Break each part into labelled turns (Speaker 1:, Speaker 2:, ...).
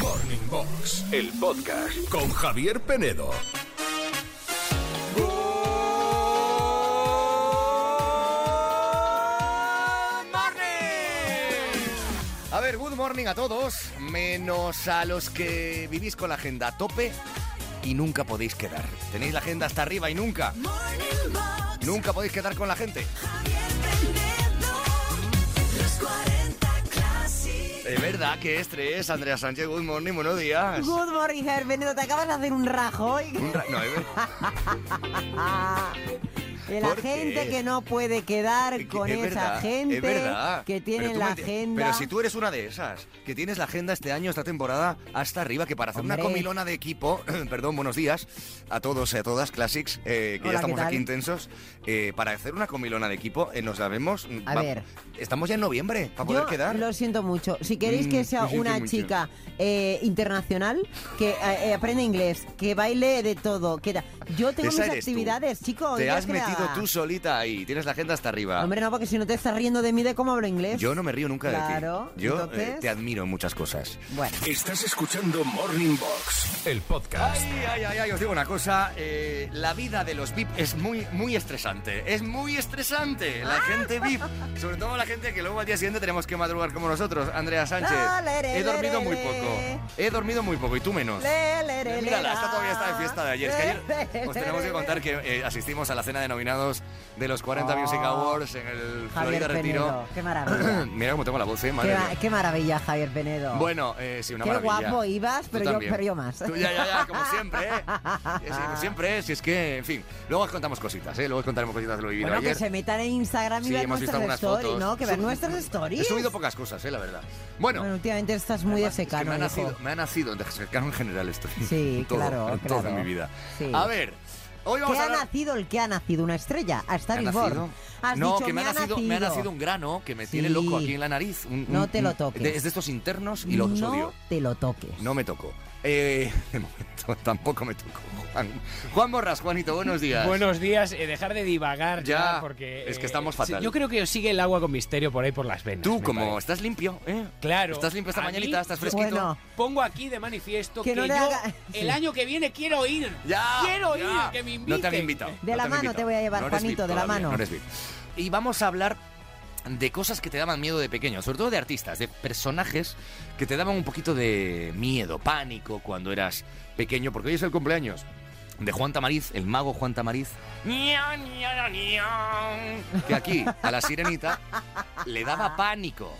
Speaker 1: Morning Box, el podcast con Javier Penedo.
Speaker 2: A ver, good morning a todos, menos a los que vivís con la agenda a tope y nunca podéis quedar. Tenéis la agenda hasta arriba y nunca,
Speaker 3: Morning Box.
Speaker 2: nunca podéis quedar con la gente.
Speaker 3: Javier Penedo. Los 40 Classic.
Speaker 2: De verdad que estrés, Andrea Sánchez, good morning, buenos días.
Speaker 4: Good morning, Javier Penedo. Te acabas de hacer un rajo y
Speaker 2: Un ra- No, eh, es verdad.
Speaker 4: de la
Speaker 2: ¿Por qué?
Speaker 4: gente que no puede quedar con
Speaker 2: Es
Speaker 4: esa
Speaker 2: verdad,
Speaker 4: gente
Speaker 2: es verdad.
Speaker 4: que tiene
Speaker 2: Pero tú
Speaker 4: la
Speaker 2: me enti-
Speaker 4: agenda.
Speaker 2: Pero si tú eres una de esas, que tienes la agenda este año, esta temporada, hasta arriba, que para hacer una
Speaker 4: Hombre.
Speaker 2: comilona de equipo, perdón, buenos días a todos y a todas, Classics, eh, que
Speaker 4: Hola,
Speaker 2: ya
Speaker 4: ¿qué
Speaker 2: estamos
Speaker 4: tal?
Speaker 2: aquí intensos, eh, para hacer una comilona de equipo, eh, nos la vemos.
Speaker 4: A ver.
Speaker 2: Estamos ya en noviembre, para
Speaker 4: Yo
Speaker 2: poder quedar.
Speaker 4: lo siento mucho. Si queréis
Speaker 2: Mm,
Speaker 4: que
Speaker 2: lo
Speaker 4: sea
Speaker 2: siento
Speaker 4: una
Speaker 2: mucho.
Speaker 4: chica eh, internacional, que eh, eh, aprenda inglés, que baile de todo, que ta- yo tengo
Speaker 2: Esa
Speaker 4: mis
Speaker 2: eres tú.
Speaker 4: actividades, chicos.
Speaker 2: Te has metido tú solita ahí, tienes la agenda hasta arriba.
Speaker 4: Hombre, no, porque si no te estás riendo de mí de cómo hablo inglés.
Speaker 2: Yo no me río nunca
Speaker 4: Claro,
Speaker 2: de ti. Yo eh,
Speaker 4: entonces-
Speaker 2: te admiro en muchas cosas.
Speaker 4: Bueno.
Speaker 1: Estás escuchando Morning Box, el podcast.
Speaker 2: Ay, ay, ay, ay, os digo una cosa, eh, la vida de los VIP es muy, muy estresante, es muy estresante la
Speaker 4: Ah.
Speaker 2: gente VIP, sobre todo la gente que luego al día siguiente tenemos que madrugar como nosotros, Andrea Sánchez.
Speaker 4: Ah, le, le,
Speaker 2: He
Speaker 4: le,
Speaker 2: dormido
Speaker 4: le,
Speaker 2: muy
Speaker 4: le.
Speaker 2: poco, he dormido muy poco y tú menos.
Speaker 4: Le, le, le, le,
Speaker 2: Mírala, está
Speaker 4: la.
Speaker 2: todavía está de fiesta de ayer. Es que ayer
Speaker 4: Le, le,
Speaker 2: os tenemos que
Speaker 4: le,
Speaker 2: contar
Speaker 4: le.
Speaker 2: que eh, asistimos a la cena de nominados de los 40
Speaker 4: Oh,
Speaker 2: Music Awards en el
Speaker 4: Javier
Speaker 2: Florida Retiro.
Speaker 4: Penedo, qué maravilla.
Speaker 2: Mira cómo tengo la voz, eh, madre
Speaker 4: Qué,
Speaker 2: mía.
Speaker 4: ma- qué maravilla, Javier Penedo.
Speaker 2: Bueno, eh, sí, una
Speaker 4: Qué
Speaker 2: maravilla.
Speaker 4: guapo ibas,
Speaker 2: Tú
Speaker 4: pero yo-
Speaker 2: también.
Speaker 4: pero yo más.
Speaker 2: Tú ya, ya, ya, como siempre, ¿eh? Sí, como siempre, ¿eh? si es que, en fin. Luego os contamos cositas, ¿eh? Luego os contaremos cositas de lo vivido
Speaker 4: Bueno,
Speaker 2: ayer.
Speaker 4: que se metan en Instagram y
Speaker 2: Sí,
Speaker 4: vean
Speaker 2: hemos visto
Speaker 4: nuestras
Speaker 2: algunas
Speaker 4: stories,
Speaker 2: fotos.
Speaker 4: ¿no? Que vean
Speaker 2: Sub-
Speaker 4: nuestras
Speaker 2: He
Speaker 4: stories.
Speaker 2: subido pocas cosas, ¿eh? La verdad. Bueno,
Speaker 4: Bueno, últimamente estás muy
Speaker 2: además,
Speaker 4: de
Speaker 2: es que
Speaker 4: secano,
Speaker 2: me ha
Speaker 4: hijo.
Speaker 2: nacido, me ha nacido de secano en general esto.
Speaker 4: Sí,
Speaker 2: En todo,
Speaker 4: claro,
Speaker 2: en todo
Speaker 4: claro.
Speaker 2: mi vida.
Speaker 4: Sí.
Speaker 2: A ver, hoy vamos
Speaker 4: ¿Qué
Speaker 2: a
Speaker 4: ha
Speaker 2: hablar...
Speaker 4: nacido el que ha nacido? ¿Una estrella? Hasta
Speaker 2: ¿Me ha
Speaker 4: Billboard.
Speaker 2: nacido?
Speaker 4: Has
Speaker 2: no,
Speaker 4: dicho,
Speaker 2: que me ha, nacido, me ha nacido un grano que me tiene
Speaker 4: Sí.
Speaker 2: loco aquí en la nariz. Un-
Speaker 4: No
Speaker 2: un-
Speaker 4: te lo
Speaker 2: un-
Speaker 4: toques.
Speaker 2: de- Es de estos internos y los
Speaker 4: no
Speaker 2: odio.
Speaker 4: te lo toques.
Speaker 2: No me tocó. Eh, de momento tampoco me tocó. Juan, Juan Borras, Juanito, buenos días.
Speaker 5: Buenos días, eh, dejar de divagar
Speaker 2: Ya,
Speaker 5: ya, porque eh,
Speaker 2: es que estamos fatal.
Speaker 5: Yo creo que os sigue el agua con misterio por ahí por las venas.
Speaker 2: Tú,
Speaker 5: me
Speaker 2: como
Speaker 5: parece.
Speaker 2: estás limpio, ¿eh?
Speaker 5: Claro.
Speaker 2: Estás limpio esta
Speaker 5: A mí-
Speaker 2: mañanita, estás fresquito.
Speaker 4: Bueno.
Speaker 5: pongo aquí de manifiesto
Speaker 4: Que
Speaker 5: que,
Speaker 4: no le
Speaker 5: yo
Speaker 4: haga-
Speaker 5: el año que viene quiero ir.
Speaker 2: Ya.
Speaker 5: quiero
Speaker 2: ya.
Speaker 5: ir, que me inviten.
Speaker 2: No te han invitado.
Speaker 4: De la
Speaker 2: han
Speaker 4: mano
Speaker 2: invitado.
Speaker 4: te voy a llevar,
Speaker 2: No eres
Speaker 4: Juanito,
Speaker 2: VIP
Speaker 4: de la
Speaker 2: todavía,
Speaker 4: mano.
Speaker 2: no eres VIP. Y vamos a hablar de cosas que te daban miedo de pequeño, sobre todo de artistas, de personajes que te daban un poquito de miedo, pánico cuando eras pequeño, porque hoy es el cumpleaños de Juan Tamariz, el mago Juan Tamariz. Ñau, ñau, ñau, Que aquí, a la sirenita, le daba pánico.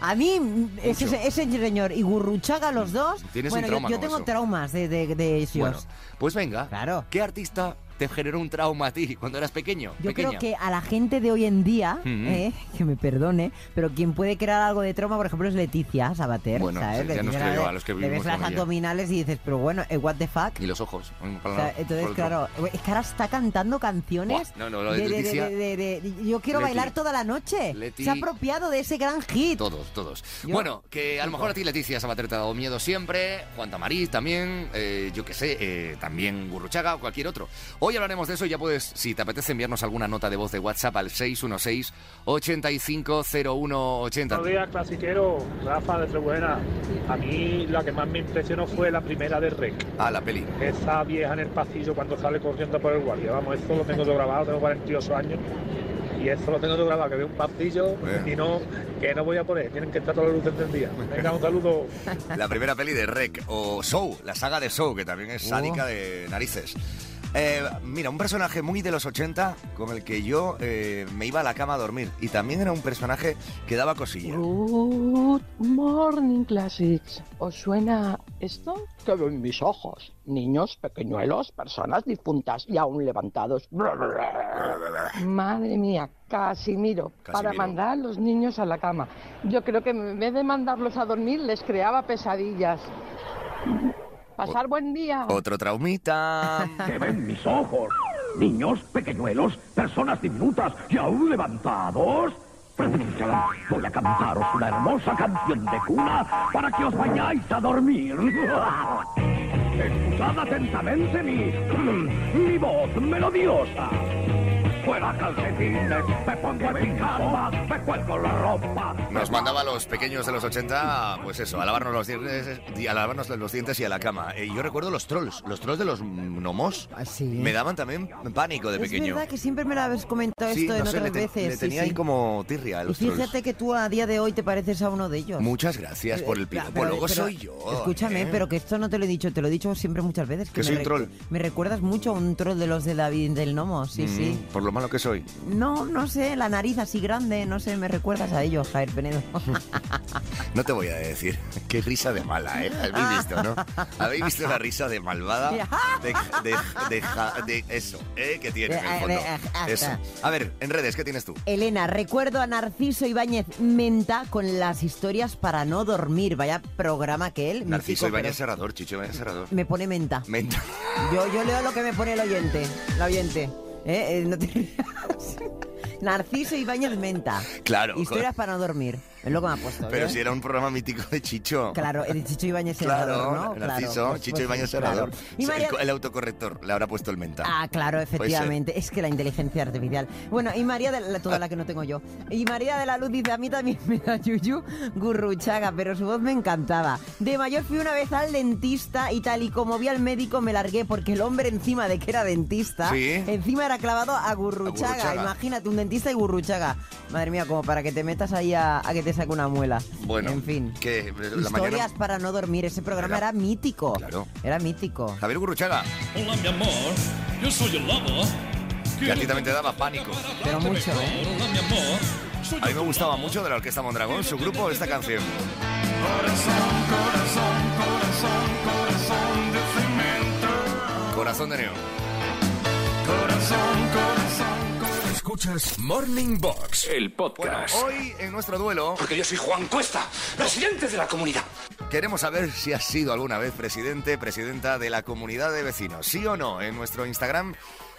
Speaker 4: A mí, mm, ese,
Speaker 2: Mucho.
Speaker 4: ese señor y Gurruchaga, los dos.
Speaker 2: Tienes un
Speaker 4: bueno, yo-
Speaker 2: trauma
Speaker 4: yo,
Speaker 2: con
Speaker 4: tengo
Speaker 2: eso.
Speaker 4: traumas de, de, de ellos.
Speaker 2: Bueno, pues venga.
Speaker 4: Claro.
Speaker 2: ¿Qué artista te generó un trauma a ti cuando eras pequeño?
Speaker 4: Yo
Speaker 2: pequeña?
Speaker 4: creo que a la gente de hoy en día,
Speaker 2: Mm.
Speaker 4: eh, que me perdone, pero quien puede crear algo de trauma, por ejemplo, es Leticia Sabater.
Speaker 2: Bueno,
Speaker 4: ¿sabes?
Speaker 2: sí, ya nos
Speaker 4: Leticia,
Speaker 2: creyó
Speaker 4: le-
Speaker 2: a los que
Speaker 4: Le
Speaker 2: vivimos
Speaker 4: ves las
Speaker 2: con ella.
Speaker 4: abdominales y dices, pero bueno, eh, what the fuck.
Speaker 2: Y los ojos. un
Speaker 4: O
Speaker 2: palabra
Speaker 4: sea,
Speaker 2: por
Speaker 4: entonces,
Speaker 2: otro.
Speaker 4: claro, es que ahora está cantando canciones.
Speaker 2: Buah, no, no, lo de Leticia-
Speaker 4: de- de- de- yo quiero
Speaker 2: Leti.
Speaker 4: bailar toda la noche.
Speaker 2: Leti.
Speaker 4: Se ha apropiado de ese gran hit.
Speaker 2: Todos, todos.
Speaker 4: Yo-
Speaker 2: Bueno, que a lo mejor a ti, Leticia Sabater, te ha dado miedo siempre, Juan Tamariz también, eh, yo qué sé, eh, también Gurruchaga o cualquier otro. Hoy hablaremos de eso y ya puedes, si te apetece, enviarnos alguna nota de voz de WhatsApp al 616-850180.
Speaker 6: Buenos días, clasiquero. Rafa de Trebuena. A mí la que más me impresionó fue la primera de Rec.
Speaker 2: A la peli.
Speaker 6: Esa vieja en el pasillo cuando sale corriendo por el guardia. Vamos, eso lo tengo yo grabado, tengo 48 años. Y eso lo tengo yo grabado, que veo un pasillo
Speaker 2: Bueno.
Speaker 6: y no, que no voy a poner. Tienen que estar todas las luces encendidas. Venga, un saludo.
Speaker 2: La primera peli de Rec o Show, la saga de Show, que también es
Speaker 4: Oh.
Speaker 2: sádica de narices. Eh, mira, un personaje muy de los 80 con el que yo eh, me iba a la cama a dormir. Y también era un personaje que daba cosilla.
Speaker 7: Good morning, Classics. ¿Os suena esto? Que ven mis ojos. Niños, pequeñuelos, personas difuntas y aún levantados. Madre mía, Casimiro, para
Speaker 2: Casimiro.
Speaker 7: mandar a los niños a la cama. Yo creo que en vez de mandarlos a dormir, les creaba pesadillas. Pasar buen día.
Speaker 2: Otro traumita.
Speaker 8: que ven mis ojos. Niños, pequeñuelos, personas diminutas y aún levantados. Preciosa, voy a cantaros una hermosa canción de cuna para que os vayáis a dormir. Escuchad atentamente mi, mi voz melodiosa. fuera calcetines, me pongo en cama, me cuelgo la ropa.
Speaker 2: Nos mandaba a los pequeños de los 80, pues eso, a lavarnos los dientes, y a lavarnos los dientes y a la cama. Eh, yo recuerdo los trolls, los trolls de los gnomos.
Speaker 4: Ah, sí.
Speaker 2: Me daban también pánico de
Speaker 4: es
Speaker 2: pequeño.
Speaker 4: verdad que siempre me lo habéis comentado
Speaker 2: Sí,
Speaker 4: esto en
Speaker 2: no sé, le,
Speaker 4: otras
Speaker 2: te-
Speaker 4: veces.
Speaker 2: le
Speaker 4: sí,
Speaker 2: tenía
Speaker 4: sí.
Speaker 2: ahí como tirria a
Speaker 4: Y
Speaker 2: los trolls.
Speaker 4: fíjate que tú a día de hoy te pareces a uno de ellos.
Speaker 2: Muchas gracias por el
Speaker 4: Eh, claro,
Speaker 2: piropo.
Speaker 4: pero-
Speaker 2: Luego
Speaker 4: pero-
Speaker 2: soy yo.
Speaker 4: Escúchame,
Speaker 2: ¿eh?
Speaker 4: pero que esto no te lo he dicho, te lo he dicho siempre muchas veces.
Speaker 2: Que
Speaker 4: me
Speaker 2: soy un
Speaker 4: recu-
Speaker 2: troll.
Speaker 4: Me recuerdas mucho a un troll de los de David del Nomo, sí,
Speaker 2: Mm,
Speaker 4: sí.
Speaker 2: Por lo malo que soy.
Speaker 4: No, no sé, la nariz así grande, no sé, me recuerdas a ellos, Javier Penedo.
Speaker 2: No te voy a decir. Qué risa de mala, ¿eh? Habéis visto, ¿no? Habéis visto la risa de malvada
Speaker 4: Mira.
Speaker 2: de, de- de ja- de eso, ¿eh? Que tiene en el
Speaker 4: Eh,
Speaker 2: fondo.
Speaker 4: eh, eh,
Speaker 2: Eso.
Speaker 4: hasta.
Speaker 2: A ver, en redes, ¿qué tienes tú?
Speaker 4: Elena, recuerdo a Narciso Ibáñez Menta con las historias para no dormir. Vaya programa que él.
Speaker 2: Narciso
Speaker 4: mítico, pero
Speaker 2: Ibañez Serrador, Chicho Ibañez Serrador.
Speaker 4: Me pone menta.
Speaker 2: Menta.
Speaker 4: Yo, yo leo lo que me pone el oyente. La oyente. Eh, eh, no te rías. Narciso Ibáñez Menta.
Speaker 2: Claro.
Speaker 4: Historias para no dormir. Es lo que me ha puesto.
Speaker 2: Pero
Speaker 4: ¿eh?
Speaker 2: si era un programa mítico de Chicho.
Speaker 4: Claro, el Chicho Ibáñez
Speaker 2: Claro,
Speaker 4: Serrador, ¿no? Claro,
Speaker 2: Narciso,
Speaker 4: pues-
Speaker 2: Chicho
Speaker 4: pues
Speaker 2: Ibañez
Speaker 4: sí, claro.
Speaker 2: Serrador.
Speaker 4: Y María-
Speaker 2: El, el autocorrector le habrá puesto el mental.
Speaker 4: Ah, claro,
Speaker 2: Pues, eh,
Speaker 4: efectivamente. Es que la inteligencia artificial. Bueno, y María de la, toda la que no tengo yo. Y María de la Luz dice, a mí también me da yuyu gurruchaga, pero su voz me encantaba. De mayor fui una vez al dentista y tal y como vi al médico me largué porque el hombre encima de que era dentista,
Speaker 2: Sí.
Speaker 4: encima era clavado a gurruchaga.
Speaker 2: A Gurruchaga.
Speaker 4: Imagínate, un dentista y gurruchaga. Madre mía, como para que te metas ahí a, a que te saque una muela.
Speaker 2: Bueno,
Speaker 4: en fin.
Speaker 2: que la
Speaker 4: Historias
Speaker 2: mañana-
Speaker 4: para no dormir. Ese programa
Speaker 2: Era-
Speaker 4: era, mítico.
Speaker 2: Claro.
Speaker 4: Era mítico.
Speaker 2: Javier Gurruchaga,
Speaker 9: Hola, mi amor, yo soy el lobo.
Speaker 2: que a ti también te daba pánico.
Speaker 4: Pero mucho, ¿eh?
Speaker 9: Hola, mi amor, soy
Speaker 2: A mí me gustaba mucho de la Orquesta Mondragón, su grupo, esta canción. Corazón, corazón, corazón, corazón de cemento. Corazón
Speaker 1: Escuchas Morning Box, el
Speaker 2: de neón.
Speaker 1: podcast.
Speaker 2: Hoy en nuestro duelo
Speaker 9: Porque yo soy Juan Cuesta, presidente de la comunidad.
Speaker 2: queremos saber si has sido alguna vez presidente, presidenta de la comunidad de vecinos. ¿Sí o no? En nuestro Instagram,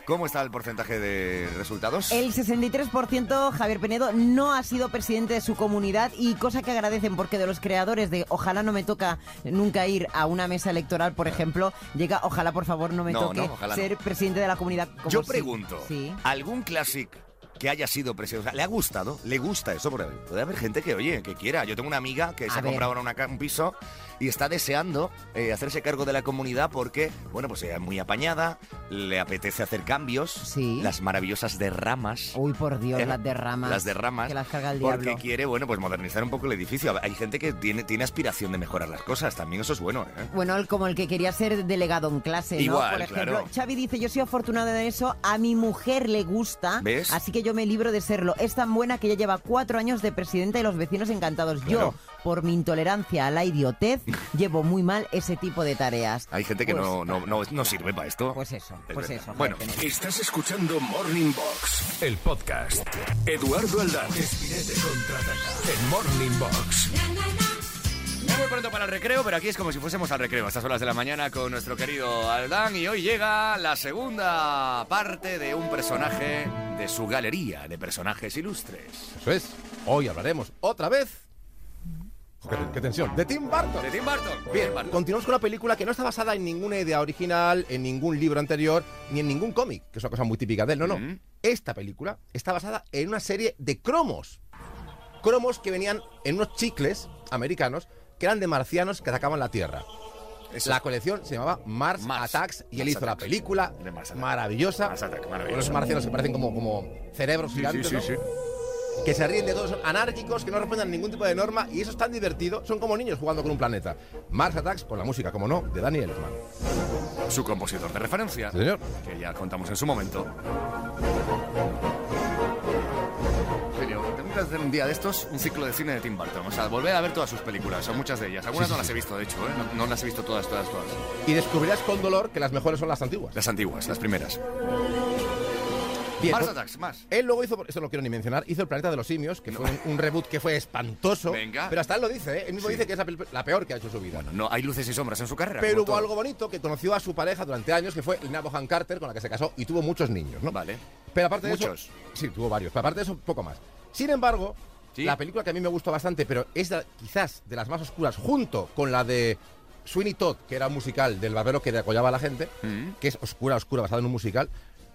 Speaker 2: ¿cómo está el porcentaje de resultados?
Speaker 4: El 63% Javier Penedo no ha sido presidente de su comunidad y cosa que agradecen porque de los creadores de Ojalá no me toca nunca ir a una mesa electoral, por ejemplo, llega Ojalá por favor no me
Speaker 2: No,
Speaker 4: toque
Speaker 2: no, ojalá
Speaker 4: ser presidente de la comunidad. como
Speaker 2: Yo
Speaker 4: si-
Speaker 2: pregunto,
Speaker 4: Sí.
Speaker 2: ¿algún clásico que haya sido presidente? o sea, ¿Le ha gustado? ¿Le gusta eso? Porque puede haber gente que, oye, que quiera. Yo tengo una amiga que
Speaker 4: A
Speaker 2: se ha
Speaker 4: ver.
Speaker 2: comprado ahora una ca- un piso y está deseando eh, hacerse cargo de la comunidad porque, bueno, pues ella es muy apañada, le apetece hacer cambios,
Speaker 4: Sí.
Speaker 2: las maravillosas derramas.
Speaker 4: Uy, por Dios,
Speaker 2: ¿eh?
Speaker 4: las derramas.
Speaker 2: Las derramas.
Speaker 4: Que las carga el
Speaker 2: porque
Speaker 4: diablo.
Speaker 2: quiere, bueno, pues modernizar un poco el edificio. Hay gente que tiene, tiene aspiración de mejorar las cosas. También eso es bueno, ¿eh?
Speaker 4: Bueno, el- como el que quería ser delegado en clase, ¿no?
Speaker 2: Igual,
Speaker 4: Por ejemplo,
Speaker 2: claro.
Speaker 4: Xavi dice, yo soy afortunado en eso, a mi mujer le gusta,
Speaker 2: ¿Ves?
Speaker 4: así que yo me libro de serlo. Es tan buena que ya lleva cuatro años de presidenta y los vecinos encantados.
Speaker 2: Claro.
Speaker 4: Yo, por mi intolerancia a la idiotez, llevo muy mal ese tipo de tareas.
Speaker 2: Hay gente que
Speaker 4: Pues,
Speaker 2: no, no, no, no sirve para esto.
Speaker 4: Pues eso,
Speaker 2: Es
Speaker 4: pues
Speaker 2: verdad.
Speaker 4: eso.
Speaker 2: Bueno,
Speaker 4: Jaime.
Speaker 1: Estás escuchando Morning Box, el podcast. Eduardo Aldaz, Espinete contraataca en Morning Box.
Speaker 2: Ya muy pronto para el recreo, pero aquí es como si fuésemos al recreo a estas horas de la mañana con nuestro querido Aldán y hoy llega la segunda parte de un personaje de su galería de personajes ilustres.
Speaker 10: Eso es. Hoy hablaremos otra vez. Joder, qué tensión. De Tim Burton.
Speaker 2: De Tim Burton. Bien, Burton.
Speaker 10: Continuamos con una película que no está basada en ninguna idea original, en ningún libro anterior, ni en ningún cómic, que es una cosa muy típica de él. No, no.
Speaker 2: Mm.
Speaker 10: Esta película está basada en una serie de cromos. Cromos que venían en unos chicles americanos que eran de marcianos que atacaban la Tierra.
Speaker 2: Eso.
Speaker 10: La colección se llamaba Mars,
Speaker 2: Mars.
Speaker 10: Attacks y él
Speaker 2: Mars
Speaker 10: hizo la
Speaker 2: Attacks.
Speaker 10: película
Speaker 2: De Mars Attacks.
Speaker 10: maravillosa.
Speaker 2: Mars Attacks, maravilloso.
Speaker 10: Unos marcianos que parecen como, como cerebros gigantes. ¿no? que se ríen de todos, son anárquicos, que no responden a ningún tipo de norma y eso es tan divertido, son como niños jugando con un planeta. Mars Attacks por la música, como no, de Daniel Elfman.
Speaker 2: Su compositor de referencia.
Speaker 10: Sí, señor.
Speaker 2: Que ya contamos en su momento. En serio, Tengo que hacer un día de estos un ciclo de cine de Tim Burton. O sea, volver a ver todas sus películas, son muchas de ellas. Algunas
Speaker 10: Sí,
Speaker 2: no
Speaker 10: sí,
Speaker 2: las he visto, de hecho, ¿eh? no, no las he visto todas, todas, todas.
Speaker 10: Y descubrirás con dolor que las mejores son las antiguas.
Speaker 2: Las antiguas, las primeras.
Speaker 10: Bien,
Speaker 2: Mars
Speaker 10: pues,
Speaker 2: Attacks, más.
Speaker 10: él luego hizo, esto no quiero ni mencionar, hizo El Planeta de los Simios, que fue un, un reboot que fue espantoso.
Speaker 2: Venga.
Speaker 10: Pero hasta él lo dice, ¿eh? él mismo
Speaker 2: Sí.
Speaker 10: dice que es la, pel- la peor que ha hecho en su vida.
Speaker 2: No, hay luces y sombras en su carrera.
Speaker 10: Pero
Speaker 2: como
Speaker 10: hubo
Speaker 2: todo.
Speaker 10: algo bonito que conoció a su pareja durante años, que fue Lina Bohan Carter, con la que se casó y tuvo muchos niños, ¿no?
Speaker 2: Vale.
Speaker 10: Pero aparte de
Speaker 2: Muchos.
Speaker 10: eso. Sí, tuvo varios. Pero aparte de eso, poco más. Sin embargo,
Speaker 2: Sí.
Speaker 10: la película que a mí me gustó bastante, pero es la- quizás de las más oscuras, junto con la de Sweeney Todd, que era un musical del barbero que degollaba a la gente,
Speaker 2: Mm.
Speaker 10: que es oscura, oscura, basada en un musical.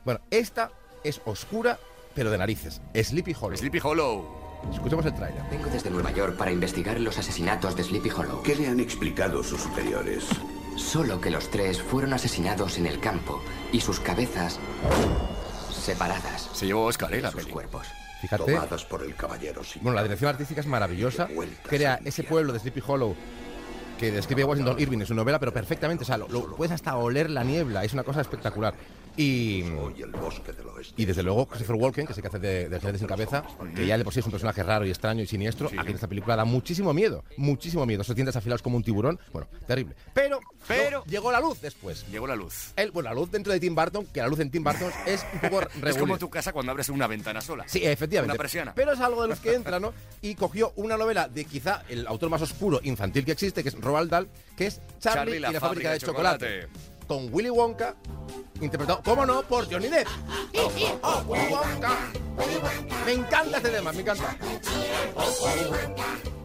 Speaker 10: Bueno, esta es oscura, pero de narices. Sleepy Hollow. Sleepy Hollow. Escuchemos el tráiler.
Speaker 11: Vengo desde Nueva York para investigar los asesinatos de Sleepy Hollow.
Speaker 12: ¿Qué le han explicado sus superiores?
Speaker 11: Solo que los tres fueron asesinados en el campo y sus cabezas separadas.
Speaker 2: Se llevó Oscar, ¿eh? La
Speaker 11: sus
Speaker 2: peli.
Speaker 11: cuerpos.
Speaker 10: Fíjate.
Speaker 12: Tomadas por el caballero sin
Speaker 10: Bueno, la dirección artística es maravillosa. Crea ese pueblo de Sleepy Hollow que describe Washington Irving en su novela, pero perfectamente. O sea, lo, lo puedes hasta oler la niebla. Es una cosa espectacular. Y, y desde luego, Christopher Walken, que se que hace de, de Jinete sin cabeza, que ya de por sí es un personaje raro y extraño y siniestro, aquí en esta película da muchísimo miedo. Muchísimo miedo. Esos dientes afilados como un tiburón. Bueno, terrible. Pero, pero llegó la luz después.
Speaker 2: Llegó la luz.
Speaker 10: El, bueno, la luz dentro de Tim Burton, que la luz en Tim Burton es un poco
Speaker 2: Es
Speaker 10: regular.
Speaker 2: como tu casa cuando abres una ventana sola.
Speaker 10: Sí, efectivamente.
Speaker 2: Una persiana.
Speaker 10: Pero es algo de los que entra, ¿no? Y cogió una novela de quizá el autor más oscuro infantil que existe, que es Roald Dahl, que es Charlie, y la, fábrica, de chocolate. Con Willy Wonka, interpretado, ¿cómo no?, por Johnny Depp. Oh, oh, oh, Willy Wonka. Willy Wonka. Me encanta este tema, me encanta.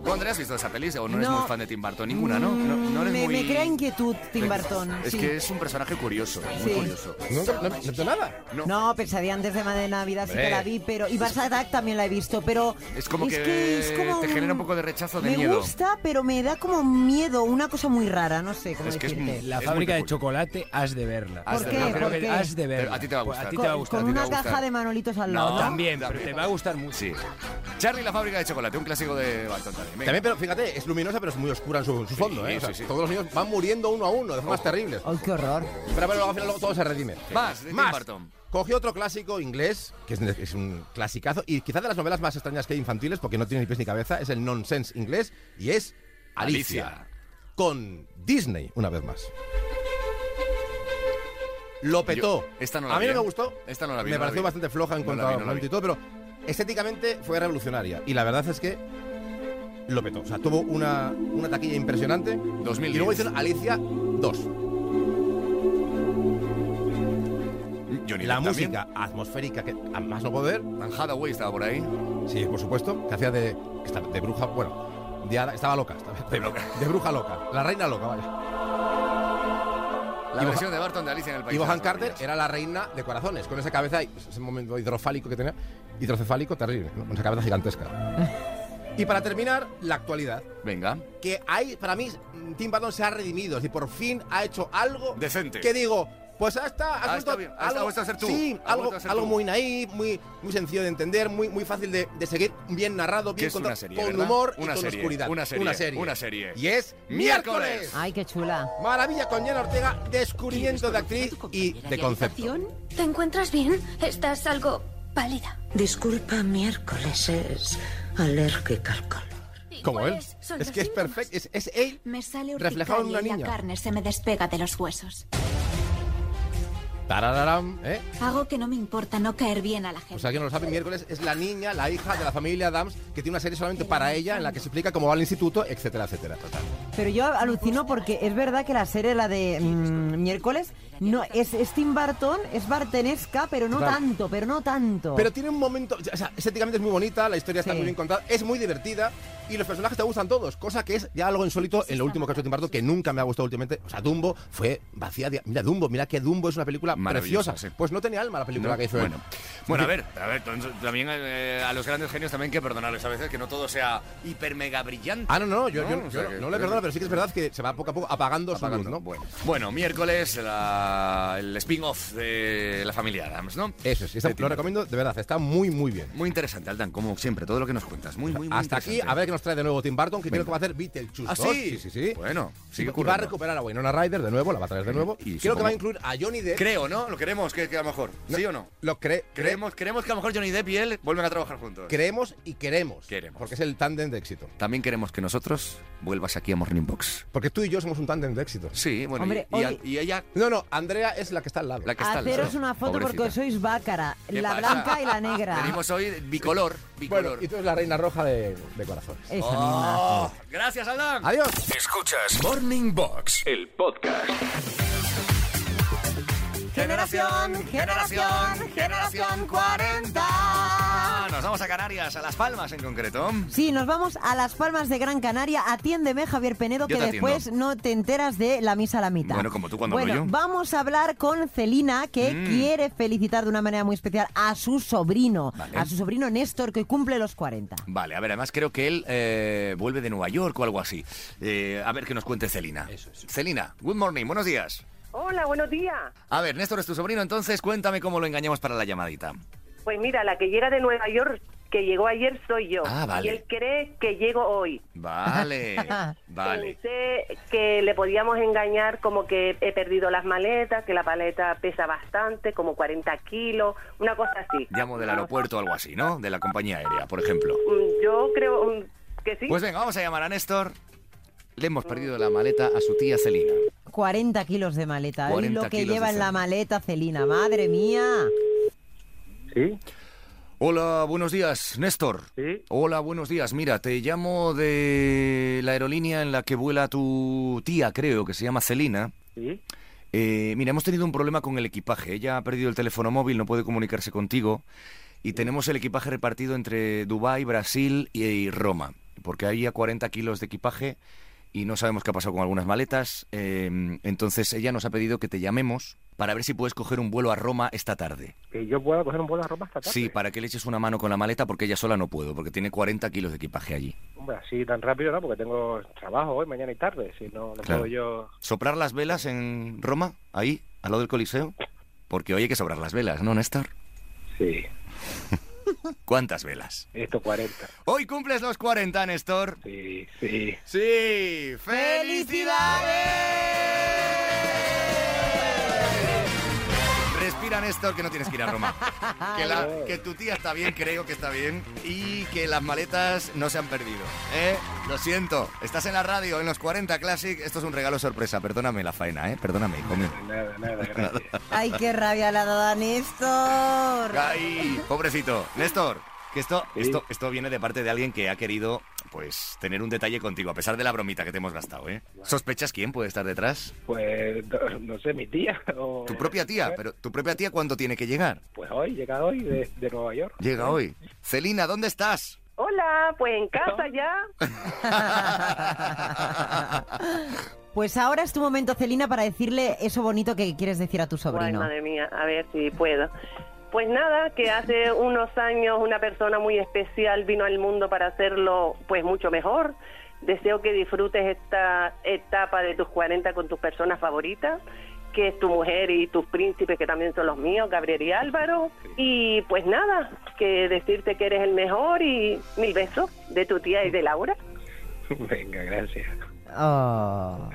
Speaker 2: ¿Tú, Andrea, has visto esa peli o no, eres
Speaker 4: No.
Speaker 2: muy fan de Tim Burton? Ninguna, ¿no? No, no eres
Speaker 4: me,
Speaker 2: muy...
Speaker 4: me crea inquietud, Tim Burton.
Speaker 2: Es
Speaker 4: sí.
Speaker 2: que es un personaje curioso, muy
Speaker 4: Sí.
Speaker 2: curioso.
Speaker 10: Nunca- no, no, nada.
Speaker 4: No, pensaría antes de Madre de Navidad sí
Speaker 2: Hombre.
Speaker 4: que la vi, pero. Y Barça Attack también la he visto, pero.
Speaker 2: Es como que,
Speaker 4: es como
Speaker 2: te
Speaker 4: un-
Speaker 2: genera un poco de rechazo, de
Speaker 4: me
Speaker 2: miedo.
Speaker 4: gusta, pero me da como miedo, una cosa muy rara, no sé cómo
Speaker 2: Es que es
Speaker 4: decirte.
Speaker 2: muy-
Speaker 5: La
Speaker 2: Es
Speaker 5: fábrica
Speaker 2: muy
Speaker 5: de chocolate, has de verla.
Speaker 2: Has
Speaker 4: ¿Por de qué? verla.
Speaker 5: Creo
Speaker 4: ¿Por
Speaker 5: que
Speaker 4: qué?
Speaker 5: has de verla.
Speaker 2: Pero a ti te va a
Speaker 5: Pues
Speaker 2: gustar.
Speaker 5: ti te va a gustar.
Speaker 4: Con
Speaker 2: te va a
Speaker 4: una
Speaker 2: gustar.
Speaker 4: caja de manolitos al lado.
Speaker 2: No,
Speaker 4: ¿no?
Speaker 5: También, pero
Speaker 2: También.
Speaker 5: te va a gustar mucho.
Speaker 2: Sí. Charlie la fábrica de chocolate, un clásico de Burton también. Venga.
Speaker 10: También, pero fíjate, es luminosa, pero es muy oscura en su, en su fondo, ¿eh? O sea,
Speaker 2: sí, sí.
Speaker 10: Todos los niños van muriendo uno a uno, de formas terribles.
Speaker 4: Ay, qué horror.
Speaker 10: Pero, pero al final luego todo se redime.
Speaker 2: Más, de Tim
Speaker 10: Más.
Speaker 2: Burton.
Speaker 10: Cogió otro clásico inglés, que es, es un clasicazo, y quizás de las novelas más extrañas que hay infantiles, porque no tiene ni pies ni cabeza, es el nonsense inglés, y es Alicia.
Speaker 2: Alicia.
Speaker 10: Con Disney, una vez más. Lo petó.
Speaker 2: Yo- esta no la
Speaker 10: a mí
Speaker 2: vi,
Speaker 10: no me
Speaker 2: ¿eh?
Speaker 10: gustó.
Speaker 2: Esta no la vi,
Speaker 10: Me
Speaker 2: no la
Speaker 10: pareció
Speaker 2: vi.
Speaker 10: bastante floja
Speaker 2: No la
Speaker 10: en
Speaker 2: vi,
Speaker 10: cuanto a
Speaker 2: no la
Speaker 10: momento y todo, pero estéticamente fue revolucionaria. Y la verdad es que lo petó. O sea, tuvo una, una taquilla impresionante.
Speaker 2: 2010.
Speaker 10: Y luego hicieron Alicia 2.
Speaker 2: Johnny
Speaker 10: La
Speaker 2: Depp también.
Speaker 10: música atmosférica que a más no poder.
Speaker 2: Anne Hathaway estaba por ahí.
Speaker 10: Sí, por supuesto, que hacía de, que estaba de bruja, bueno, de ara- estaba loca, estaba de, de bruja loca, la reina loca, vaya.
Speaker 2: La
Speaker 10: Y
Speaker 2: versión de Burton de Alicia en el País
Speaker 10: Y
Speaker 2: de
Speaker 10: Bohan
Speaker 2: las
Speaker 10: Carter
Speaker 2: Maravillas.
Speaker 10: era la reina de corazones, con esa cabeza, y ese momento hidrofálico que tenía, hidrocefálico terrible, ¿no? con esa cabeza gigantesca. Y para terminar, la actualidad,
Speaker 2: Venga.
Speaker 10: que hay, para mí, Tim Burton se ha redimido, es decir, por fin ha hecho algo
Speaker 2: Decente.
Speaker 10: que digo, pues hasta
Speaker 2: Ah, está bien, has- has vuelto a ser tú,
Speaker 10: Sí,
Speaker 2: has
Speaker 10: algo,
Speaker 2: vuelto a ser
Speaker 10: algo
Speaker 2: tú.
Speaker 10: muy naif, muy, muy sencillo de entender, muy, muy fácil de, de seguir, bien narrado,
Speaker 2: Que
Speaker 10: bien
Speaker 2: es una
Speaker 10: contado,
Speaker 2: serie,
Speaker 10: con
Speaker 2: ¿verdad?
Speaker 10: humor
Speaker 2: Una
Speaker 10: y con
Speaker 2: serie,
Speaker 10: oscuridad.
Speaker 2: una serie,
Speaker 10: una serie.
Speaker 2: una serie.
Speaker 10: Y es
Speaker 2: Miércoles.
Speaker 10: miércoles.
Speaker 4: Ay, qué chula.
Speaker 10: Maravilla con Jenna Ortega, descubrimiento de actriz y de concepto.
Speaker 13: ¿Te encuentras bien? Estás algo pálida.
Speaker 14: Disculpa, miércoles es alérgica al calor.
Speaker 10: Como él.
Speaker 13: ¿Cuáles Pues, son
Speaker 10: Es
Speaker 13: los
Speaker 10: que es
Speaker 13: síntomas?
Speaker 10: perfecto. Es, es él.
Speaker 13: Me sale
Speaker 10: Reflejado en
Speaker 13: urticaria
Speaker 10: una
Speaker 13: y
Speaker 10: niña.
Speaker 13: la carne se me despega de los huesos.
Speaker 10: Tarararam, ¿eh?
Speaker 13: Hago que no me importa no caer bien a la gente.
Speaker 10: Pues alguien no lo sabe, miércoles es la niña, la hija de la familia Adams, que tiene una serie solamente para ella en la que se explica cómo va al instituto, etcétera, etcétera.
Speaker 4: Pero yo alucino porque es verdad que la serie, la de mm, miércoles, no es, es Tim Burton, es bartenesca, pero no
Speaker 10: Claro.
Speaker 4: tanto, pero no tanto.
Speaker 10: Pero tiene un momento, o sea, estéticamente es muy bonita, la historia está
Speaker 4: Sí.
Speaker 10: muy bien contada, es muy divertida y los personajes te gustan todos, cosa que es ya algo insólito en lo último que ha hecho Tim Burton que nunca me ha gustado últimamente. O sea, Dumbo fue vacía de... Mira, Dumbo, mira que Dumbo es una película
Speaker 2: Maravillosa,
Speaker 10: preciosa.
Speaker 2: sí.
Speaker 10: Pues no tenía alma la película
Speaker 2: No,
Speaker 10: que hizo él.
Speaker 2: Bueno, bueno a ver, a ver, entonces, también eh, a los grandes genios también hay que perdonarles a veces que no todo sea hiper mega brillante.
Speaker 10: Ah, no, no, yo, yo-
Speaker 2: o
Speaker 10: yo
Speaker 2: sea
Speaker 10: no-
Speaker 2: que-
Speaker 10: no le perdono, pero sí que es verdad que se va poco a poco apagando,
Speaker 2: Apagando,
Speaker 10: su luz, ¿no?
Speaker 2: bueno. Bueno, miércoles la- el spin-off de la familia Adams, ¿no?
Speaker 10: Eso es, esa-
Speaker 2: De Tim
Speaker 10: lo
Speaker 2: Burton.
Speaker 10: recomiendo, de verdad, está muy, muy bien.
Speaker 2: Muy interesante, Aldan, como siempre, todo lo que nos cuentas. Muy, muy, muy
Speaker 10: Hasta aquí,
Speaker 2: interesante.
Speaker 10: a ver qué nos trae de nuevo Tim Burton, que
Speaker 2: Venga.
Speaker 10: creo que va a hacer Beetlejuice
Speaker 2: ¿Ah,
Speaker 10: 2.
Speaker 2: sí?
Speaker 10: sí, sí, sí.
Speaker 2: Bueno, sigue
Speaker 10: y va a
Speaker 2: currando.
Speaker 10: recuperar a Winona Ryder de nuevo, la va a traer de nuevo.
Speaker 2: Y
Speaker 10: creo que
Speaker 2: supongo-
Speaker 10: va a incluir a Johnny Depp.
Speaker 2: Creo, ¿no? Lo queremos, que, que a lo mejor. ¿Sí o no?
Speaker 10: Lo cre- cre-
Speaker 2: Creemos, creemos que a lo mejor Johnny Depp y él vuelven a trabajar juntos.
Speaker 10: creemos y queremos.
Speaker 2: Queremos.
Speaker 10: Porque es el tándem de éxito.
Speaker 2: También queremos que nosotros vuelvas aquí a Morning Box.
Speaker 10: Porque tú y yo somos un tándem de éxito.
Speaker 2: Sí, bueno,
Speaker 4: Hombre,
Speaker 2: y, y a-
Speaker 4: hoy-
Speaker 2: y ella,
Speaker 10: No, no, Andrea es la que está al lado.
Speaker 2: la que está al
Speaker 4: Haceros
Speaker 2: lado,
Speaker 4: una foto porque
Speaker 2: pobrecita.
Speaker 4: sois bácara,
Speaker 2: ¿Qué
Speaker 4: la
Speaker 2: pasa?
Speaker 4: blanca y la negra.
Speaker 2: Venimos hoy bicolor, bicolor.
Speaker 10: Bueno, y tú eres la reina roja de, de corazones.
Speaker 4: Esa misma.
Speaker 2: Oh, gracias, Aldán.
Speaker 10: Adiós.
Speaker 1: Escuchas Morning Box, el podcast.
Speaker 4: Generación, generación, generación 40.
Speaker 2: Ah, nos vamos a Canarias, a Las Palmas en concreto.
Speaker 4: Sí, nos vamos a Las Palmas de Gran Canaria. Atiéndeme, Javier Penedo,
Speaker 2: Yo
Speaker 4: que
Speaker 2: te
Speaker 4: después no te enteras de la misa a la mitad.
Speaker 2: Bueno, como tú cuando
Speaker 4: Bueno,
Speaker 2: hablo yo.
Speaker 4: vamos a hablar con Celina, que
Speaker 2: Mm.
Speaker 4: quiere felicitar de una manera muy especial a su sobrino, a su sobrino Néstor, que cumple los 40.
Speaker 2: Vale, a ver, además creo que él eh, vuelve de Nueva York o algo así. Eh, a ver que nos cuente Celina. Celina, good morning, buenos días.
Speaker 15: Hola, buenos días.
Speaker 2: A ver, Néstor es tu sobrino, entonces cuéntame cómo lo engañamos para la llamadita.
Speaker 15: Pues mira, la que llega de Nueva York, que llegó ayer, soy yo.
Speaker 2: Ah, vale.
Speaker 15: Y él cree que llego hoy.
Speaker 2: Vale, vale.
Speaker 15: Pensé que le podíamos engañar como que he perdido las maletas, que la paleta pesa bastante, como 40 kilos, una cosa así.
Speaker 2: Llamo del aeropuerto o algo así, ¿no? De la compañía aérea, por ejemplo.
Speaker 15: Mm, Yo creo mm, que sí.
Speaker 2: Pues venga, vamos a llamar a Néstor. Le hemos perdido la maleta a su tía Celina.
Speaker 4: 40 kilos de maleta. Y
Speaker 2: 40
Speaker 4: lo que
Speaker 2: kilos
Speaker 4: lleva
Speaker 2: de
Speaker 4: en la maleta Celina, madre mía.
Speaker 2: ¿Sí? Hola, buenos días, Néstor. Sí. Hola, buenos días. Mira, te llamo de la aerolínea en la que vuela tu tía, creo, que se llama Celina.
Speaker 16: Sí.
Speaker 2: Eh, mira, hemos tenido un problema con el equipaje. Ella ha perdido el teléfono móvil, no puede comunicarse contigo. Y tenemos el equipaje repartido entre Dubái, Brasil y, y Roma. Porque había 40 kilos de equipaje y no sabemos qué ha pasado con algunas maletas. Eh, entonces ella nos ha pedido que te llamemos para ver si puedes coger un vuelo a Roma esta tarde.
Speaker 6: Que yo pueda coger un vuelo a Roma hasta tarde.
Speaker 2: Sí, para que le eches una mano con la maleta porque ella sola no puedo, porque tiene 40 kilos de equipaje allí.
Speaker 6: Hombre, así tan rápido no, porque tengo trabajo hoy, mañana y tarde. Si no, no
Speaker 2: Claro.
Speaker 6: puedo yo...
Speaker 2: ¿Soplar las velas en Roma? Ahí, al lado del Coliseo. Porque hoy hay que sobrar las velas, ¿no, Néstor? Sí. ¿Cuántas velas?
Speaker 6: Esto 40.
Speaker 2: Hoy cumples los 40, Néstor.
Speaker 6: Sí, sí.
Speaker 2: Sí. ¡Felicidades! Respira, Néstor, que no tienes que ir a Roma. Que, la- que tu tía está bien, creo que está bien. Y que las maletas no se han perdido. ¿eh? Lo siento. Estás en la radio, en los 40 Classic. Esto es un regalo sorpresa. Perdóname la faena, ¿eh? Perdóname, hijo mío.
Speaker 6: Nada, nada, gracias.
Speaker 4: Ay, qué rabia la da Néstor.
Speaker 2: Ay, pobrecito. Néstor, que esto, esto, esto viene de parte de alguien que ha querido pues tener un detalle contigo, a pesar de la bromita que te hemos gastado, ¿eh? ¿Sospechas quién puede estar detrás?
Speaker 6: Pues, no, no sé, mi tía o... eh,
Speaker 2: Tu propia tía, pero tu propia tía cuándo tiene que llegar?
Speaker 6: Pues hoy, llega hoy de, de Nueva York.
Speaker 2: Llega hoy. Celina, ¿dónde estás?
Speaker 15: Hola, pues en casa ya.
Speaker 4: Pues ahora es tu momento, Celina, para decirle eso bonito que quieres decir a tu
Speaker 15: Ay,
Speaker 4: sobrino.
Speaker 15: madre mía, a ver si puedo. Pues nada, que hace unos años una persona muy especial vino al mundo para hacerlo pues mucho mejor. Deseo que disfrutes esta etapa de tus 40 con tus personas favoritas, que es tu mujer y tus príncipes, que también son los míos, Gabriel y Álvaro. Y pues nada, que decirte que eres el mejor y mil besos de tu tía y de Laura.
Speaker 6: Venga, gracias.
Speaker 4: Oh,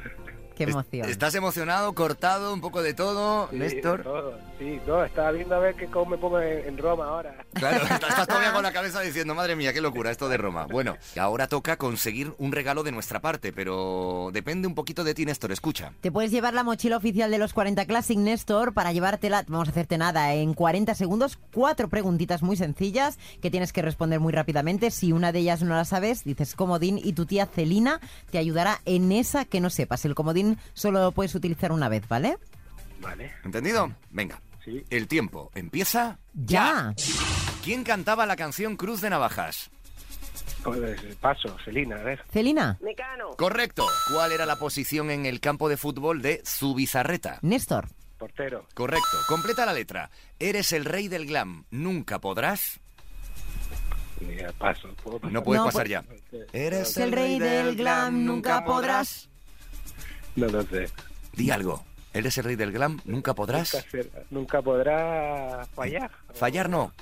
Speaker 4: qué emoción.
Speaker 2: ¿Estás emocionado, cortado, un poco de todo,
Speaker 6: Sí,
Speaker 2: Néstor?
Speaker 6: todo. Sí, no, estaba viendo a ver que cómo me pongo en, en Roma ahora.
Speaker 2: Claro, estás todavía con la cabeza diciendo, madre mía, qué locura esto de Roma. Bueno, ahora toca conseguir un regalo de nuestra parte, pero depende un poquito de ti, Néstor, escucha.
Speaker 4: Te puedes llevar la mochila oficial de los 40 Classic Néstor para llevártela, vamos a hacerte nada, en 40 segundos, cuatro preguntitas muy sencillas que tienes que responder muy rápidamente. Si una de ellas no la sabes, dices comodín y tu tía Celina te ayudará en esa que no sepas. El comodín solo lo puedes utilizar una vez, ¿vale?
Speaker 6: Vale.
Speaker 2: ¿Entendido? Venga. El tiempo empieza.
Speaker 4: Ya.
Speaker 2: ¿Quién cantaba la canción Cruz de Navajas?
Speaker 6: Pues, paso, Celina, a ver.
Speaker 4: Celina.
Speaker 15: Mecano.
Speaker 2: Correcto. ¿Cuál era la posición en el campo de fútbol de Zubizarreta?
Speaker 4: Néstor.
Speaker 6: Portero.
Speaker 2: Correcto. Completa la letra. Eres el rey del glam. Nunca podrás.
Speaker 6: Mira, paso. pues, ¿Puedo pasar?
Speaker 2: No puedes pasar ya. Eres el rey del glam. Nunca podrás.
Speaker 6: No lo sé.
Speaker 2: Di algo. Eres el rey del glam. Nunca podrás.
Speaker 6: Nunca, ser- nunca podrá fallar.
Speaker 2: Fallar no.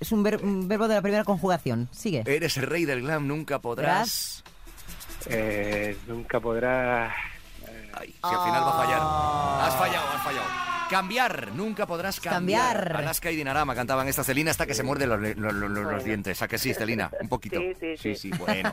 Speaker 4: Es un, ver- un verbo de la primera conjugación. Sigue.
Speaker 2: Eres el rey del glam. Nunca podrás.
Speaker 6: Eh, nunca podrá...
Speaker 2: Ay, si al final va a fallar. Has fallado, has fallado. Cambiar, nunca podrás cambiar.
Speaker 4: Cambiar.
Speaker 2: Alaska y Dinarama cantaban esta Celina hasta que se muerde los, los- los- los dientes. ¿A que sí, Celina? Un poquito.
Speaker 15: Sí, sí, sí.
Speaker 2: bueno.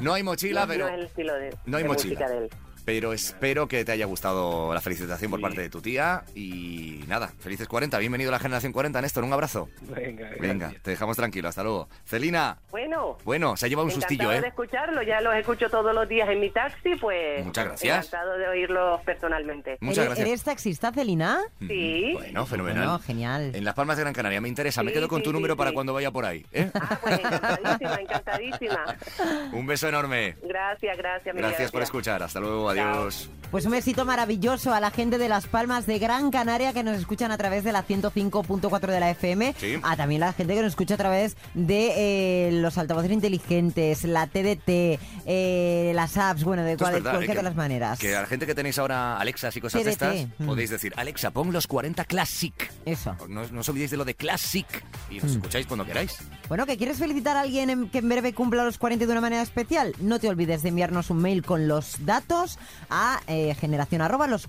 Speaker 2: No hay mochila,
Speaker 15: No
Speaker 2: pero
Speaker 15: es el estilo de-
Speaker 2: no hay
Speaker 15: de
Speaker 2: mochila.
Speaker 15: música de él.
Speaker 2: Pero espero que te haya gustado la felicitación por parte de tu tía. Y nada, felices 40. Bienvenido a la generación 40, Néstor. Un abrazo.
Speaker 6: Venga,
Speaker 2: Venga, te dejamos tranquilo. Hasta luego. Celina,
Speaker 15: Bueno,
Speaker 2: bueno, se ha llevado un sustillo,
Speaker 15: encantado de
Speaker 2: ¿eh?
Speaker 15: escucharlo, ya los escucho todos los días en mi taxi, pues...
Speaker 2: Muchas gracias.
Speaker 15: Encantado de oírlos personalmente.
Speaker 2: Muchas
Speaker 4: ¿Eres,
Speaker 2: gracias.
Speaker 4: eres taxista, Celina?
Speaker 15: Sí.
Speaker 2: No, fenomenal.
Speaker 4: Bueno, genial.
Speaker 2: En Las Palmas de Gran Canaria, me interesa. me
Speaker 15: Sí,
Speaker 2: quedo con
Speaker 15: sí,
Speaker 2: tu
Speaker 15: sí,
Speaker 2: número para
Speaker 15: sí.
Speaker 2: cuando vaya por ahí. ¿eh?
Speaker 15: Ah, Encantadísima, encantadísima.
Speaker 2: Un beso enorme.
Speaker 15: Gracias, gracias, mi
Speaker 2: Gracias por escuchar. Hasta luego. Adiós.
Speaker 4: Pues un besito maravilloso a la gente de Las Palmas de Gran Canaria que nos escuchan a través de la 105.4 de la FM.
Speaker 2: Sí.
Speaker 4: A también la gente que nos escucha a través de eh, los altavoces inteligentes, la TDT, eh, las apps, bueno, de
Speaker 2: Esto es
Speaker 4: cual-
Speaker 2: verdad, ¿eh?
Speaker 4: cualquier
Speaker 2: Que-
Speaker 4: de las maneras.
Speaker 2: Que a la gente que tenéis ahora Alexas y cosas de
Speaker 4: TDT,
Speaker 2: estas,
Speaker 4: mm.
Speaker 2: podéis decir, Alexa, pon los 40 Classic.
Speaker 4: Eso.
Speaker 2: No, no os olvidéis de lo de Classic. Y nos
Speaker 4: Mm.
Speaker 2: escucháis cuando queráis.
Speaker 4: Bueno, ¿que quieres felicitar a alguien en- que en breve cumpla los 40 de una manera especial? No te olvides de enviarnos un mail con los datos a eh, generación arroba los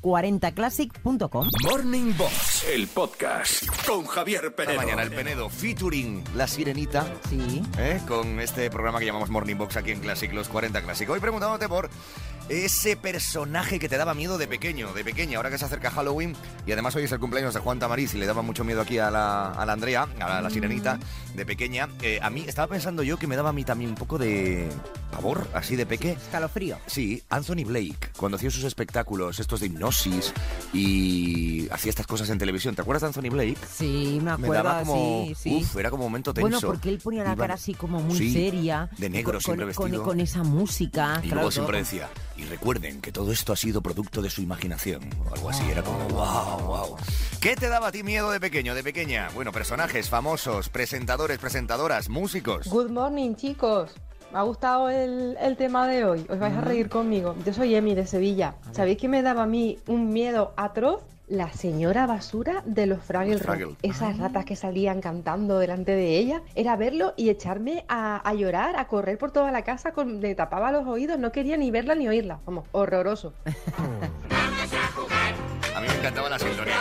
Speaker 4: 40classic.com.
Speaker 1: Morning Box, el podcast con Javier Penedo.
Speaker 2: Esta mañana el Penedo featuring La Sirenita.
Speaker 4: Sí.
Speaker 2: Con este programa que llamamos Morning Box aquí en Classic, los 40 Classic. Hoy preguntándote por ese personaje que te daba miedo de pequeño, de pequeña, ahora que se acerca Halloween. Y además hoy es el cumpleaños de Juan Tamariz y le daba mucho miedo aquí a la, a la Andrea, a la, a la Sirenita, de pequeña. Eh, a mí estaba pensando yo que me daba a mí también un poco de pavor, así de peque.
Speaker 4: Escalofrío.
Speaker 2: Sí, Anthony Blake, cuando hacía sus espectáculos, estos de hipnosis y hacía estas cosas en televisión. ¿Te acuerdas de Anthony Blake?
Speaker 4: Sí, me
Speaker 2: Me
Speaker 4: acuerdo.
Speaker 2: daba como.
Speaker 4: sí, sí.
Speaker 2: Uf, era como momento tenso.
Speaker 4: Bueno, porque él ponía la
Speaker 2: Iba-
Speaker 4: cara así como muy
Speaker 2: Sí,
Speaker 4: seria.
Speaker 2: De negro,
Speaker 4: con,
Speaker 2: siempre
Speaker 4: con-
Speaker 2: vestido.
Speaker 4: Con, con esa música.
Speaker 2: y
Speaker 4: claro,
Speaker 2: luego
Speaker 4: todo
Speaker 2: siempre decía, y recuerden que todo esto ha sido producto de su imaginación. O algo así, era como, wow, wow. ¿Qué te daba a ti miedo de pequeño, de pequeña? Bueno, personajes famosos, presentadores, presentadoras, músicos.
Speaker 16: Good morning, chicos. Me ha gustado el, el tema de hoy. Os vais a reír conmigo. Yo soy Emi de Sevilla. ¿Sabéis que me daba a mí un miedo atroz? La señora basura de los Fraggle Rock.
Speaker 2: Fraggle. Ah.
Speaker 16: Esas ratas que salían cantando delante de ella. Era verlo y echarme a, a llorar, a correr por toda la casa. Con, le tapaba los oídos. No quería ni verla ni oírla. Vamos, horroroso.
Speaker 2: A mí me encantaba la sintonía.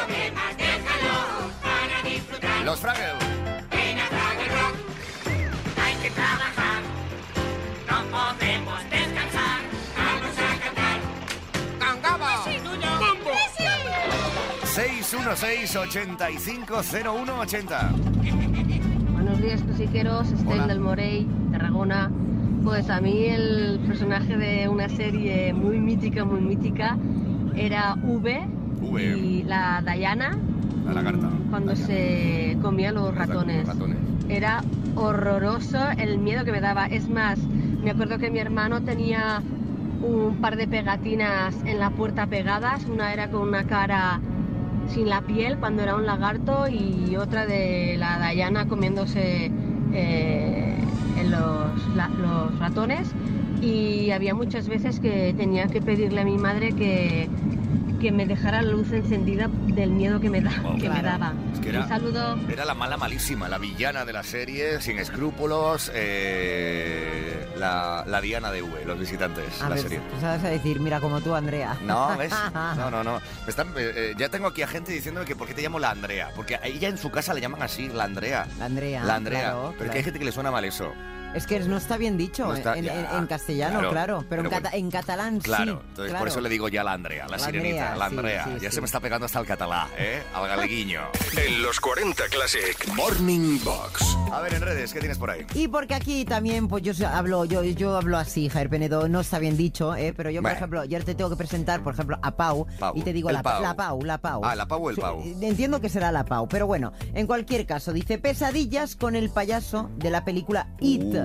Speaker 2: Los Fraggle.
Speaker 3: Hay que trabajar, no podemos descansar. Vamos a cantar. ¡Cangaba!
Speaker 2: 616-850180.
Speaker 17: Buenos días, cosiqueros. Estén
Speaker 2: Hola.
Speaker 17: del Morey, Tarragona. Pues a mí el personaje de una serie muy mítica, muy mítica, era ¿eh? V,
Speaker 2: V.
Speaker 17: y la Dayana,
Speaker 2: La lagarta.
Speaker 17: cuando se comía los ratones.
Speaker 2: Ratones.
Speaker 17: Era horroroso el miedo que me daba. Es más, me acuerdo que mi hermano tenía un par de pegatinas en la puerta pegadas. Una era con una cara sin la piel cuando era un lagarto y otra de la Dayana comiéndose eh, en los, la- los ratones. Y había muchas veces que tenía que pedirle a mi madre que, que me dejara la luz encendida del miedo que me, da,
Speaker 2: Oh,
Speaker 17: que me
Speaker 2: claro.
Speaker 17: daba.
Speaker 2: Es que era-
Speaker 17: Un saludo.
Speaker 2: Era la mala malísima, la villana de la serie, sin escrúpulos, eh, la, la Diana de V, los visitantes,
Speaker 4: A
Speaker 2: la
Speaker 4: ver,
Speaker 2: serie.
Speaker 4: sabes a decir, mira como tú, Andrea.
Speaker 2: No, ¿ves? No, no, no. Me están- eh, eh, ya tengo aquí a gente diciéndome que por qué te llamo la Andrea. Porque a ella en su casa le llaman así, la Andrea.
Speaker 4: La Andrea.
Speaker 2: La Andrea.
Speaker 4: claro,
Speaker 2: pero que
Speaker 4: claro.
Speaker 2: hay gente que le suena mal eso.
Speaker 4: Es que no está bien dicho
Speaker 2: No está-
Speaker 4: en,
Speaker 2: ya,
Speaker 4: en- en castellano,
Speaker 2: claro,
Speaker 4: claro. pero, en,
Speaker 2: pero
Speaker 4: cata- en catalán sí.
Speaker 2: Claro, entonces
Speaker 4: claro.
Speaker 2: por eso le digo ya la Andrea, la,
Speaker 4: La
Speaker 2: sirenita,
Speaker 4: Andrea,
Speaker 2: la
Speaker 4: sí,
Speaker 2: Andrea.
Speaker 4: sí,
Speaker 2: ya
Speaker 4: sí.
Speaker 2: se me está pegando hasta el catalá, ¿eh? Al galeguiño.
Speaker 1: En los 40 Classic Morning Box.
Speaker 2: A ver, en redes, ¿qué tienes por ahí?
Speaker 4: Y porque aquí también, pues yo so- hablo, yo, yo hablo así, Jair Penedo, no está bien dicho, ¿eh? pero yo, por
Speaker 2: Bueno.
Speaker 4: ejemplo, yo te tengo que presentar, por ejemplo, a Pau,
Speaker 2: Pau,
Speaker 4: y te digo
Speaker 2: el
Speaker 4: la
Speaker 2: Pau.
Speaker 4: la Pau, la Pau.
Speaker 2: Ah, la Pau o el
Speaker 4: Sí,
Speaker 2: Pau.
Speaker 4: Entiendo que será la Pau, pero bueno, en cualquier caso, dice pesadillas con el payaso de la película It.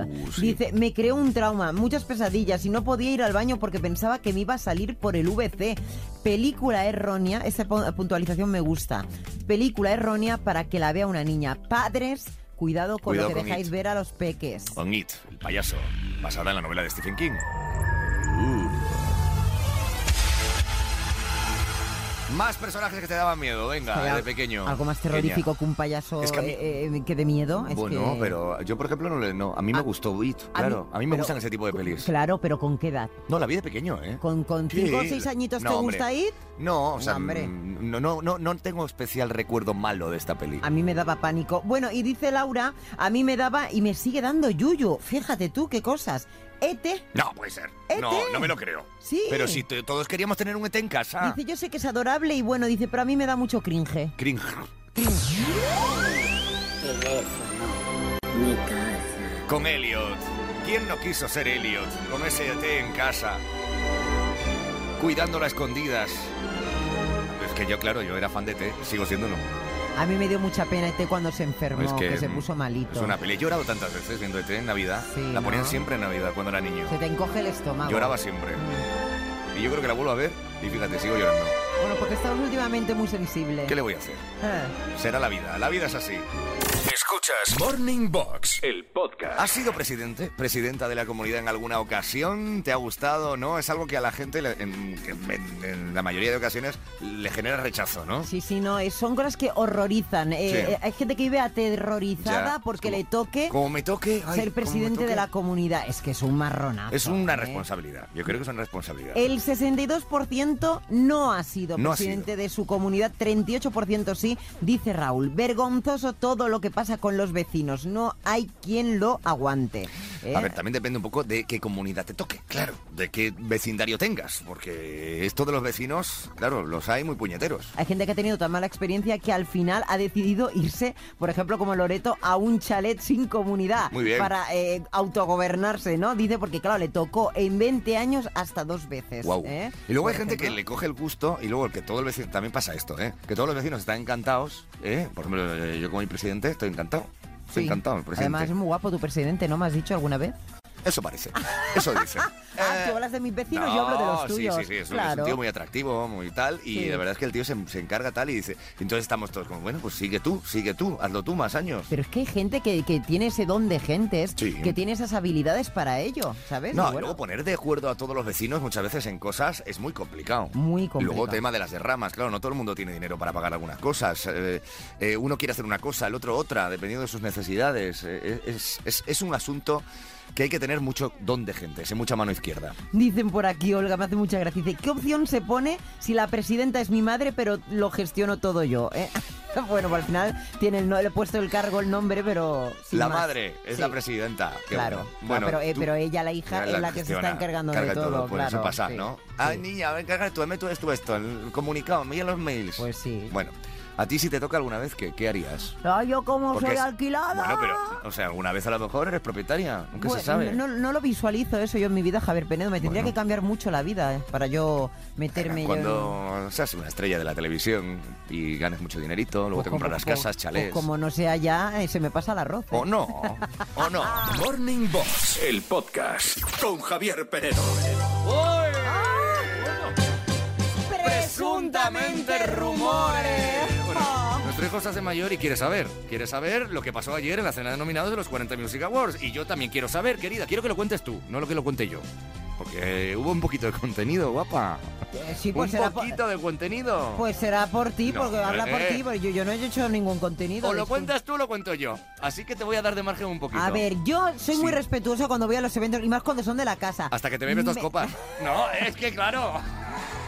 Speaker 2: Uh, sí.
Speaker 4: Dice, me creó un trauma, muchas pesadillas y no podía ir al baño porque pensaba que me iba a salir por el VC. Película errónea, esa pu- puntualización me gusta. Película errónea para que la vea una niña. Padres, cuidado con
Speaker 2: Cuidado
Speaker 4: lo que
Speaker 2: con
Speaker 4: dejáis
Speaker 2: It.
Speaker 4: ver a los peques.
Speaker 2: On It, el payaso, basada en la novela de Stephen King. Uh. Más personajes que te daban miedo, venga,
Speaker 4: Hay
Speaker 2: de
Speaker 4: al-
Speaker 2: pequeño.
Speaker 4: Algo más
Speaker 2: pequeña.
Speaker 4: terrorífico que un payaso
Speaker 2: Es que a mí-
Speaker 4: eh, eh, que de miedo. es
Speaker 2: Bueno,
Speaker 4: que- Ah,
Speaker 2: pero yo, por ejemplo, no, le- no, a mí me gustó It, claro. A mí, me
Speaker 4: pero-
Speaker 2: gustan ese tipo de pelis.
Speaker 4: Claro, pero ¿con qué edad?
Speaker 2: No, la vi de pequeño, ¿eh?
Speaker 4: ¿Con, con
Speaker 2: Sí,
Speaker 4: cinco o seis añitos
Speaker 2: no,
Speaker 4: te
Speaker 2: hombre.
Speaker 4: gusta ir?
Speaker 2: No, o sea,
Speaker 4: No, hombre.
Speaker 2: mm, no, no, no, no tengo especial recuerdo malo de esta peli.
Speaker 4: A mí me daba pánico. Bueno, y dice Laura, a mí me daba y me sigue dando yuyu. Fíjate tú qué cosas. E ET
Speaker 2: No, puede ser. No, no me lo creo.
Speaker 4: ¿E Sí.
Speaker 2: Pero si te- todos queríamos tener un ET en casa.
Speaker 4: Dice, yo sé que es adorable y bueno, dice, pero a mí me da mucho cringe.
Speaker 2: Cringe. Con Elliot. ¿Quién no quiso ser Elliot? Con ese ET en casa. Cuidándola a escondidas. Es que yo, claro, yo era fan de ET. Sigo siendo no.
Speaker 4: A mí me dio mucha pena ET cuando se enfermó,
Speaker 2: Es que,
Speaker 4: que, se
Speaker 2: mm,
Speaker 4: puso malito.
Speaker 2: Es una peli. He llorado tantas veces viendo ET en Navidad. la ponían
Speaker 4: ¿no?
Speaker 2: siempre en Navidad cuando era niño.
Speaker 4: Se te encoge el estómago.
Speaker 2: Lloraba siempre. Y yo creo que la vuelvo a ver y fíjate, sigo llorando.
Speaker 4: Bueno, porque estamos últimamente muy sensibles.
Speaker 2: ¿Qué le voy a hacer?
Speaker 4: Eh.
Speaker 2: Será la vida. La vida es así. Escuchas Morning Box, el podcast. ¿Has sido presidente, presidenta de la comunidad en alguna ocasión? ¿Te ha gustado? ¿No? Es algo que a la gente, le- en, que en- en la mayoría de ocasiones, le genera rechazo, ¿no?
Speaker 4: Sí, sí, no, es- son cosas que horrorizan. Eh,
Speaker 2: Sí.
Speaker 4: eh, Hay gente que vive aterrorizada
Speaker 2: Ya,
Speaker 4: porque le toque
Speaker 2: Como me toque, ay,
Speaker 4: ser presidente de la comunidad. Es que es un marronazo.
Speaker 2: es una
Speaker 4: ¿eh?
Speaker 2: responsabilidad. Yo creo que es una responsabilidad.
Speaker 4: El 62% no ha sido
Speaker 2: No ha
Speaker 4: presidente de su comunidad, 38% sí, dice Raúl. Vergonzoso todo lo que pasa con los vecinos, no hay quien lo aguante. ¿eh?
Speaker 2: A ver, también depende un poco de qué comunidad te toque, claro, de qué vecindario tengas, porque esto de los vecinos, claro, los hay muy puñeteros.
Speaker 4: Hay gente que ha tenido tan mala experiencia que al final ha decidido irse, por ejemplo, como Loreto, a un chalet sin comunidad
Speaker 2: Muy bien.
Speaker 4: para eh, autogobernarse, ¿no? Dice porque, claro, le tocó en 20 años hasta dos veces.
Speaker 2: Guau.
Speaker 4: ¿eh?
Speaker 2: Y luego
Speaker 4: Por
Speaker 2: hay gente que
Speaker 4: ejemplo.
Speaker 2: le coge el gusto y luego que todo el vecino también pasa esto, ¿eh? Que todos los vecinos están encantados, ¿eh? Por ejemplo, eh, yo como mi presidente estoy encantado. Estoy
Speaker 4: Sí.
Speaker 2: encantado, el presidente. Eh,
Speaker 4: Además, es muy guapo tu presidente, ¿no? ¿Me has dicho alguna vez?
Speaker 2: Eso parece. Eso dice.
Speaker 4: Ah, tú hablas de mis vecinos, yo hablo de los
Speaker 2: sí,
Speaker 4: tuyos.
Speaker 2: Sí, sí, es un- es
Speaker 4: claro.
Speaker 2: un tío muy atractivo, muy tal. Y
Speaker 4: Sí.
Speaker 2: la verdad es que el tío se, se encarga tal y dice. y entonces estamos todos como, bueno, pues sigue tú, sigue tú, hazlo tú más años.
Speaker 4: Pero es que hay gente que, que tiene ese don de gentes,
Speaker 2: Sí.
Speaker 4: que tiene esas habilidades para ello, ¿sabes?
Speaker 2: No,
Speaker 4: Y
Speaker 2: y
Speaker 4: bueno,
Speaker 2: luego poner de acuerdo a todos los vecinos muchas veces en cosas es muy complicado.
Speaker 4: Muy complicado.
Speaker 2: Luego tema de las derramas, claro, no todo el mundo tiene dinero para pagar algunas cosas. Eh, eh, uno quiere hacer una cosa, el otro otra, dependiendo de sus necesidades. Eh, es, es- es un asunto que hay que tener mucho don de gente, y mucha mano izquierda.
Speaker 4: Dicen por aquí, Olga, me hace mucha gracia. Dice, ¿qué opción se pone si la presidenta es mi madre, pero lo gestiono todo yo? eh?" bueno, pues al final tiene el no- le he puesto el cargo, el nombre, pero. sin
Speaker 2: la
Speaker 4: más.
Speaker 2: madre es
Speaker 4: Sí.
Speaker 2: la presidenta. Qué
Speaker 4: Claro,
Speaker 2: bueno.
Speaker 4: No,
Speaker 2: Bueno,
Speaker 4: pero, eh,
Speaker 2: tú
Speaker 4: pero ella, la hija, es la que se
Speaker 2: gestiona,
Speaker 4: está encargando
Speaker 2: carga
Speaker 4: de todo,
Speaker 2: por
Speaker 4: claro.
Speaker 2: eso pasa,
Speaker 4: sí.
Speaker 2: ¿no? Ay, niña, ven, carga tú, dame tú esto, esto, el comunicado, mira los mails. Pues
Speaker 4: sí.
Speaker 2: Bueno, a ti si te toca alguna vez, ¿qué, qué harías?
Speaker 4: Ay, yo como
Speaker 2: Porque
Speaker 4: soy
Speaker 2: es-
Speaker 4: alquilada.
Speaker 2: Bueno, pero, o sea, alguna vez a lo mejor eres propietaria, aunque
Speaker 4: Bueno,
Speaker 2: se sabe.
Speaker 4: No, no lo visualizo eso yo en mi vida, Javier Penedo. Me tendría que cambiar mucho la vida eh, para yo meterme yo en-
Speaker 2: Cuando seas una estrella de la televisión y ganes mucho dinerito, luego te comprarás casas,
Speaker 4: Pues
Speaker 2: chalés.
Speaker 4: como no sea ya, eh, se me pasa el arroz.
Speaker 2: O no, o no. Morning Box, el podcast con Javier Penedo.
Speaker 4: Presuntamente rumores.
Speaker 2: Nuestro hijo se hace mayor y quiere saber. Quiere saber lo que pasó ayer en la cena de nominados de los 40 Music Awards. Y yo también quiero saber, querida. Quiero que lo cuentes tú, no lo que lo cuente yo. Porque hubo un poquito de contenido, guapa.
Speaker 4: Eh, sí, pues será
Speaker 2: un
Speaker 4: por-
Speaker 2: poquito de contenido.
Speaker 4: Pues será por ti,
Speaker 2: No,
Speaker 4: porque habla por
Speaker 2: hombre.
Speaker 4: ti, porque yo, yo no he hecho ningún contenido.
Speaker 2: o lo
Speaker 4: Disculpa.
Speaker 2: cuentas tú o lo cuento yo. Así que te voy a dar de margen un poquito.
Speaker 4: A ver, yo soy muy respetuosa cuando voy a los eventos y más cuando son de la casa.
Speaker 2: Hasta que te bebes dos
Speaker 4: Me-
Speaker 2: copas. No, es que claro.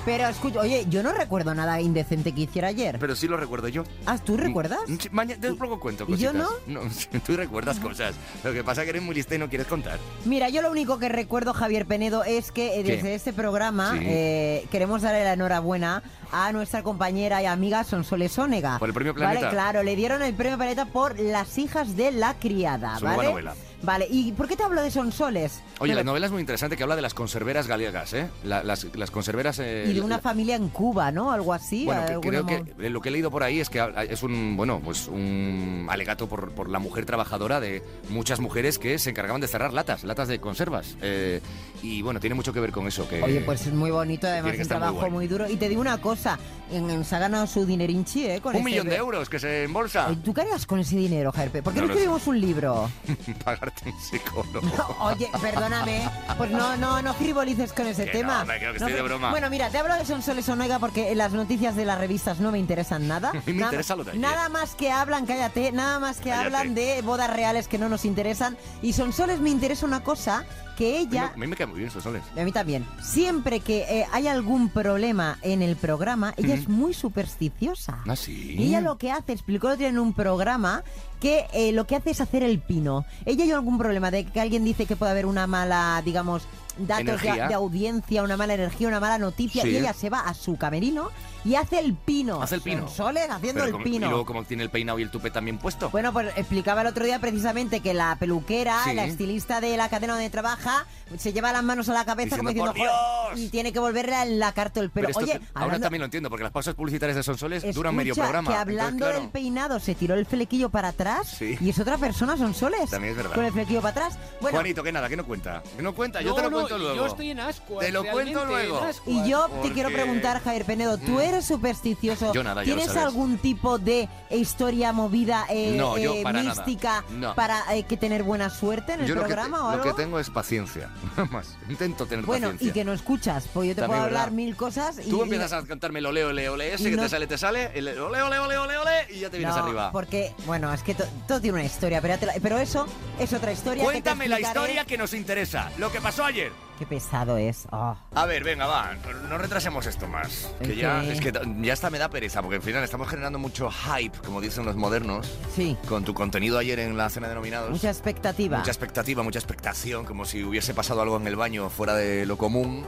Speaker 4: Pero escucha, oye, yo no recuerdo nada indecente que hiciera ayer.
Speaker 2: Pero mm, sí lo recuerdo yo.
Speaker 4: Ah, ¿tú recuerdas?
Speaker 2: Sí, Mañana te luego cuento
Speaker 4: ¿Y yo
Speaker 2: cositas. no? tú recuerdas cosas. Lo que pasa es que eres muy lista y no quieres contar.
Speaker 4: Mira, yo lo único que recuerdo, Javier Penedo, es que eh,
Speaker 2: ¿Qué?
Speaker 4: desde este programa
Speaker 2: Sí.
Speaker 4: eh, queremos darle la enhorabuena a nuestra compañera y amiga Sonsole Sónega.
Speaker 2: Por el premio Planeta.
Speaker 4: Vale, claro, le dieron el premio Planeta por Las hijas de la criada,
Speaker 2: Su nueva
Speaker 4: ¿vale?
Speaker 2: novela.
Speaker 4: Vale, ¿y por qué te hablo de Sonsoles?
Speaker 2: Oye, la
Speaker 4: Pero-
Speaker 2: novela es muy interesante que habla de las conserveras gallegas, ¿eh? La- las, las conserveras. eh,
Speaker 4: Y de
Speaker 2: la-
Speaker 4: una familia en Cuba, ¿no? Algo así.
Speaker 2: Bueno, que
Speaker 4: alguna
Speaker 2: creo
Speaker 4: mo-
Speaker 2: que eh, lo que he leído por ahí es que ha- es un bueno pues un alegato por, por la mujer trabajadora de muchas mujeres que se encargaban de cerrar latas, latas de conservas. Eh, y bueno, tiene mucho que ver con eso. Que,
Speaker 4: Oye, pues es muy bonito, además
Speaker 2: eh, tiene que
Speaker 4: un
Speaker 2: estar muy
Speaker 4: trabajo
Speaker 2: guay.
Speaker 4: muy, duro. Y te digo una cosa, en, en- se ha ganado su dinerinchi, ¿eh? Con
Speaker 2: un
Speaker 4: ese-
Speaker 2: millón de euros que se embolsa.
Speaker 4: Oye, ¿Tú qué harías con ese dinero, Jerpe? ¿Por qué
Speaker 2: No
Speaker 4: no,
Speaker 2: lo sé.
Speaker 4: escribimos un libro?
Speaker 2: Pagarte un psicólogo.
Speaker 4: Oye, perdóname, pues no, no, no frivolices con ese
Speaker 2: Que no,
Speaker 4: tema.
Speaker 2: hombre, creo que estoy de
Speaker 4: fri-
Speaker 2: broma.
Speaker 4: Bueno, mira, te hablo de Sonsoles Onega porque las noticias de las revistas no me interesan nada.
Speaker 2: A mí me
Speaker 4: Nada-
Speaker 2: interesa lo de ayer.
Speaker 4: Nada más que hablan, cállate, nada más que
Speaker 2: Cállate.
Speaker 4: hablan de bodas reales que no nos interesan. Y Sonsoles me interesa una cosa que ella...
Speaker 2: A mí me cae muy bien esos soles.
Speaker 4: A mí también. Siempre que eh, hay algún problema en el programa, ella es muy supersticiosa.
Speaker 2: Ah, sí.
Speaker 4: Y ella lo que hace, explicó lo tiene en un programa, que eh, lo que hace es hacer el pino. Ella yo algún problema de que alguien dice que puede haber una mala, digamos, datos de,
Speaker 2: Energía.
Speaker 4: de audiencia, una mala energía, una mala noticia,
Speaker 2: Sí.
Speaker 4: y ella se va a su camerino y hace el pino.
Speaker 2: Hace el pino.
Speaker 4: Sonsoles haciendo
Speaker 2: Pero
Speaker 4: el
Speaker 2: como-
Speaker 4: pino.
Speaker 2: Y luego como tiene el peinado y el tupe también puesto.
Speaker 4: Bueno, pues explicaba el otro día precisamente que la peluquera,
Speaker 2: Sí.
Speaker 4: la estilista de la cadena donde trabaja, se lleva las manos a la cabeza como
Speaker 2: Diciendo,
Speaker 4: diciendo, "Joder", y tiene que volverle a enlacar todo el pelo.
Speaker 2: Pero esto
Speaker 4: Oye,
Speaker 2: te- ahora
Speaker 4: hablando,
Speaker 2: también lo entiendo, porque las pausas publicitarias de Sonsoles duran
Speaker 4: escucha,
Speaker 2: medio programa.
Speaker 4: que
Speaker 2: Entonces,
Speaker 4: hablando
Speaker 2: claro,
Speaker 4: del peinado se tiró el flequillo para atrás
Speaker 2: Sí.
Speaker 4: y es otra persona, son soles.
Speaker 2: También es verdad.
Speaker 4: Con el flequillo para atrás. Bueno,
Speaker 2: Juanito, que nada, que no cuenta. Que no cuenta, yo
Speaker 4: No,
Speaker 2: te lo
Speaker 4: no,
Speaker 2: cuento
Speaker 4: y
Speaker 2: luego.
Speaker 4: yo estoy
Speaker 18: en asco.
Speaker 2: Te lo
Speaker 18: realmente,
Speaker 2: cuento luego.
Speaker 18: en asco.
Speaker 4: Y yo te
Speaker 2: Porque- Mm.
Speaker 4: quiero preguntar, Javier Penedo, ¿tú eres supersticioso?
Speaker 2: Yo nada, ya lo
Speaker 4: ¿Tienes
Speaker 2: sabes.
Speaker 4: algún tipo de historia movida eh,
Speaker 2: No, yo
Speaker 4: eh,
Speaker 2: para nada.
Speaker 4: mística
Speaker 2: No.
Speaker 4: para eh, que tener buena suerte en el
Speaker 2: Yo lo que, te-
Speaker 4: programa o
Speaker 2: lo
Speaker 4: algo?
Speaker 2: que tengo es paciencia. Nada más. Intento tener
Speaker 4: Bueno,
Speaker 2: paciencia.
Speaker 4: y que no escuchas, pues yo te
Speaker 2: También
Speaker 4: puedo
Speaker 2: verdad.
Speaker 4: hablar mil cosas y...
Speaker 2: Tú empiezas a cantarme el ole, ole, ole ese,
Speaker 4: y
Speaker 2: que
Speaker 4: no-
Speaker 2: te sale, te sale, el ole, ole, ole, ole, ole, y ya te vienes
Speaker 4: No,
Speaker 2: arriba.
Speaker 4: porque, bueno, es que to- todo tiene una historia, pero, ya te la- pero eso es otra historia. que te
Speaker 2: Cuéntame la
Speaker 4: explicaré.
Speaker 2: historia que nos interesa, lo que pasó ayer.
Speaker 4: Qué pesado es. oh.
Speaker 2: A ver, venga, va, no retrasemos esto más. Que
Speaker 4: Es
Speaker 2: ya,
Speaker 4: que-
Speaker 2: es que ta- ya hasta me da pereza, porque al final estamos generando mucho hype, como dicen los modernos.
Speaker 4: Sí.
Speaker 2: Con tu contenido ayer en la cena de nominados.
Speaker 4: Mucha expectativa.
Speaker 2: Mucha expectativa, mucha expectación, como si hubiese pasado algo en el baño fuera de lo común.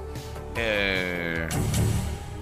Speaker 2: Eh,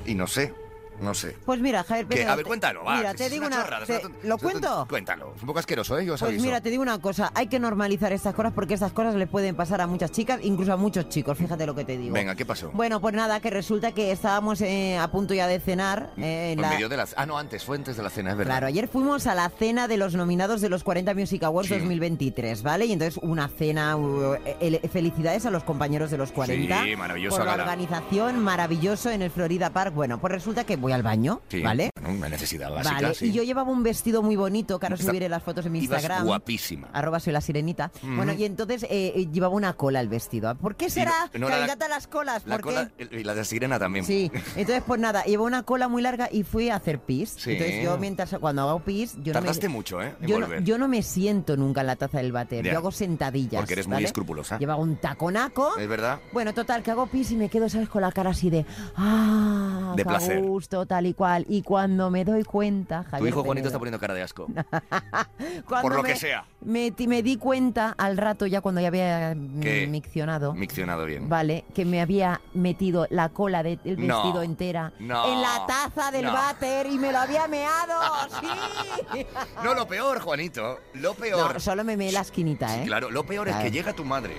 Speaker 2: y no sé, no sé.
Speaker 4: Pues mira, Javier
Speaker 2: Que,
Speaker 4: Penedo...
Speaker 2: a ver, cuéntalo, va.
Speaker 4: Mira,
Speaker 2: que
Speaker 4: te
Speaker 2: es
Speaker 4: digo
Speaker 2: una
Speaker 4: una...
Speaker 2: chorrada, es
Speaker 4: te-
Speaker 2: una ton-
Speaker 4: ¿Lo
Speaker 2: es una ton-
Speaker 4: cuéntalo.
Speaker 2: Cuéntalo. Es un poco asqueroso, ¿eh? Yo os
Speaker 4: Pues
Speaker 2: aviso.
Speaker 4: mira, te digo una cosa, hay que normalizar estas cosas porque estas cosas le pueden pasar a muchas chicas, incluso a muchos chicos, fíjate lo que te digo.
Speaker 2: Venga, ¿qué pasó?
Speaker 4: Bueno, pues nada, que resulta que estábamos eh, a punto ya de cenar. eh, en
Speaker 2: En
Speaker 4: la-
Speaker 2: medio de la... Ah, no, antes, fue antes de la cena, es verdad.
Speaker 4: Claro, ayer fuimos a la cena de los nominados de los 40 Music Awards 2023, ¿vale? Y entonces una cena, u- el- eh, felicidades a los compañeros de los 40.
Speaker 2: Sí, maravillosa
Speaker 4: Por la
Speaker 2: gala.
Speaker 4: organización, maravilloso en el Florida Park. Bueno, pues resulta que voy al baño,
Speaker 2: Sí,
Speaker 4: ¿vale?
Speaker 2: bueno, una necesidad básica,
Speaker 4: vale,
Speaker 2: sí.
Speaker 4: y yo llevaba un vestido muy bonito, que ahora
Speaker 2: Está-
Speaker 4: subiré las fotos en mi
Speaker 2: Ibas
Speaker 4: Instagram.
Speaker 2: guapísima.
Speaker 4: Arroba soy la sirenita.
Speaker 2: Ujú.
Speaker 4: Bueno, y entonces eh, eh, llevaba una cola el vestido. ¿Por qué será
Speaker 2: no era
Speaker 4: que me
Speaker 2: la-
Speaker 4: encantan las colas?
Speaker 2: La
Speaker 4: ¿Por qué?
Speaker 2: cola y la de sirena también.
Speaker 4: Sí, entonces pues nada, llevaba una cola muy larga y fui a hacer pis.
Speaker 2: Sí.
Speaker 4: Entonces yo mientras cuando hago pis, yo
Speaker 2: Tardaste
Speaker 4: no me,
Speaker 2: mucho, ¿eh? En
Speaker 4: Yo no,
Speaker 2: volver.
Speaker 4: yo no me siento nunca en la taza del váter,
Speaker 2: Ya.
Speaker 4: yo hago sentadillas.
Speaker 2: Porque eres muy
Speaker 4: ¿vale?
Speaker 2: escrupulosa. Eh.
Speaker 4: Llevaba un taconaco.
Speaker 2: Es verdad.
Speaker 4: Bueno, total, que hago pis y me quedo, ¿sabes? Con la cara así de... ¡Ah!
Speaker 2: De
Speaker 4: qué
Speaker 2: placer.
Speaker 4: gusto, tal y cual. Y cuando me doy cuenta, Javier
Speaker 2: Tu hijo Juanito está poniendo
Speaker 4: Penedo,
Speaker 2: cara de asco.
Speaker 4: cuando
Speaker 2: Por lo
Speaker 4: me-
Speaker 2: que sea.
Speaker 4: Me, ti- me di cuenta al rato, ya cuando ya había mm,
Speaker 2: ¿Qué?
Speaker 4: miccionado,
Speaker 2: Miccionado bien.
Speaker 4: vale, que me había metido la cola del
Speaker 2: No,
Speaker 4: vestido entera
Speaker 2: no,
Speaker 4: en la taza del
Speaker 2: no.
Speaker 4: váter y me lo había meado. ¡Sí!
Speaker 2: No, lo peor, Juanito. Lo peor.
Speaker 4: No, solo me meé la esquinita, ¿eh?
Speaker 2: Claro, lo peor es
Speaker 4: Claro.
Speaker 2: que llega tu madre.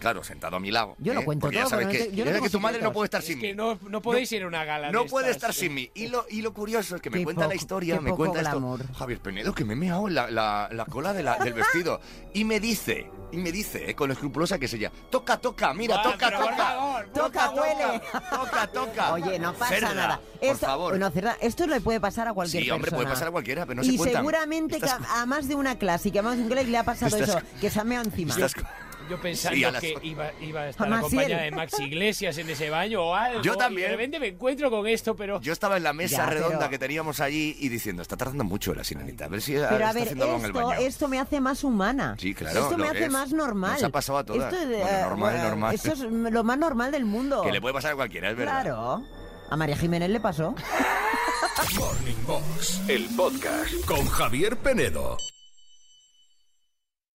Speaker 2: Claro, sentado a mi lado.
Speaker 4: Yo lo
Speaker 2: ¿eh?
Speaker 4: cuento
Speaker 2: Porque
Speaker 4: todo,
Speaker 2: ya sabes
Speaker 4: pero no
Speaker 2: que,
Speaker 4: te- yo no
Speaker 2: ya sabes
Speaker 4: tengo
Speaker 2: que tu madre no
Speaker 4: secretos.
Speaker 2: puede estar sin mí.
Speaker 18: Que no, no podéis ir a una gala.
Speaker 2: No
Speaker 18: de
Speaker 2: puede
Speaker 18: estas.
Speaker 2: estar sin mí. Y lo, y lo curioso es que me
Speaker 18: Qué
Speaker 2: cuenta la
Speaker 18: poco-
Speaker 2: historia,
Speaker 18: qué
Speaker 2: me
Speaker 18: poco
Speaker 2: cuenta esto.
Speaker 18: glamour.
Speaker 2: Javier Penedo, que me he meado en la, la- la cola de la- del vestido. Y me dice, y me dice, eh, con lo escrupulosa que es ella, toca, toca, mira,
Speaker 18: Ah,
Speaker 2: toca,
Speaker 18: pero por
Speaker 2: toca.
Speaker 18: favor,
Speaker 4: Toca, huele.
Speaker 2: Toca, toca.
Speaker 4: Oye, no pasa
Speaker 2: Cerda,
Speaker 4: nada.
Speaker 2: por
Speaker 4: Esto,
Speaker 2: favor.
Speaker 4: no, Cerda, esto le puede pasar a cualquier
Speaker 2: Sí, hombre, puede
Speaker 4: persona.
Speaker 2: pasar a cualquiera, pero no
Speaker 4: y
Speaker 2: se cuentan.
Speaker 4: seguramente
Speaker 2: Estas
Speaker 4: que a, a más de una clase y que a más de un cole le ha pasado
Speaker 2: Estas-
Speaker 4: eso, que se ha meado encima.
Speaker 2: estas co-
Speaker 18: Yo pensando
Speaker 2: Sí, a las-
Speaker 18: que iba, iba a estar
Speaker 4: Maciel.
Speaker 18: acompañada de Max Iglesias en ese baño o algo.
Speaker 2: Yo también.
Speaker 18: y de repente me encuentro con esto, pero.
Speaker 2: Yo estaba en la mesa
Speaker 18: Ya, pero-
Speaker 2: redonda que teníamos allí y diciendo, está tardando mucho la sirenita. A ver si
Speaker 4: Pero a
Speaker 2: está
Speaker 4: ver,
Speaker 2: haciendo algo en el
Speaker 4: esto,
Speaker 2: baño.
Speaker 4: esto me hace más humana.
Speaker 2: Sí, claro,
Speaker 4: Esto me
Speaker 2: lo
Speaker 4: hace
Speaker 2: es.
Speaker 4: más normal.
Speaker 2: Nos ha pasado a todas.
Speaker 4: Esto,
Speaker 2: Bueno,
Speaker 4: eh,
Speaker 2: normal,
Speaker 4: bueno,
Speaker 2: normal.
Speaker 4: Eso es mm, lo más normal del mundo.
Speaker 2: Que le puede pasar a cualquiera, es verdad.
Speaker 4: Claro. A María Jiménez le pasó.
Speaker 1: Morning Box, el podcast con Javier Penedo.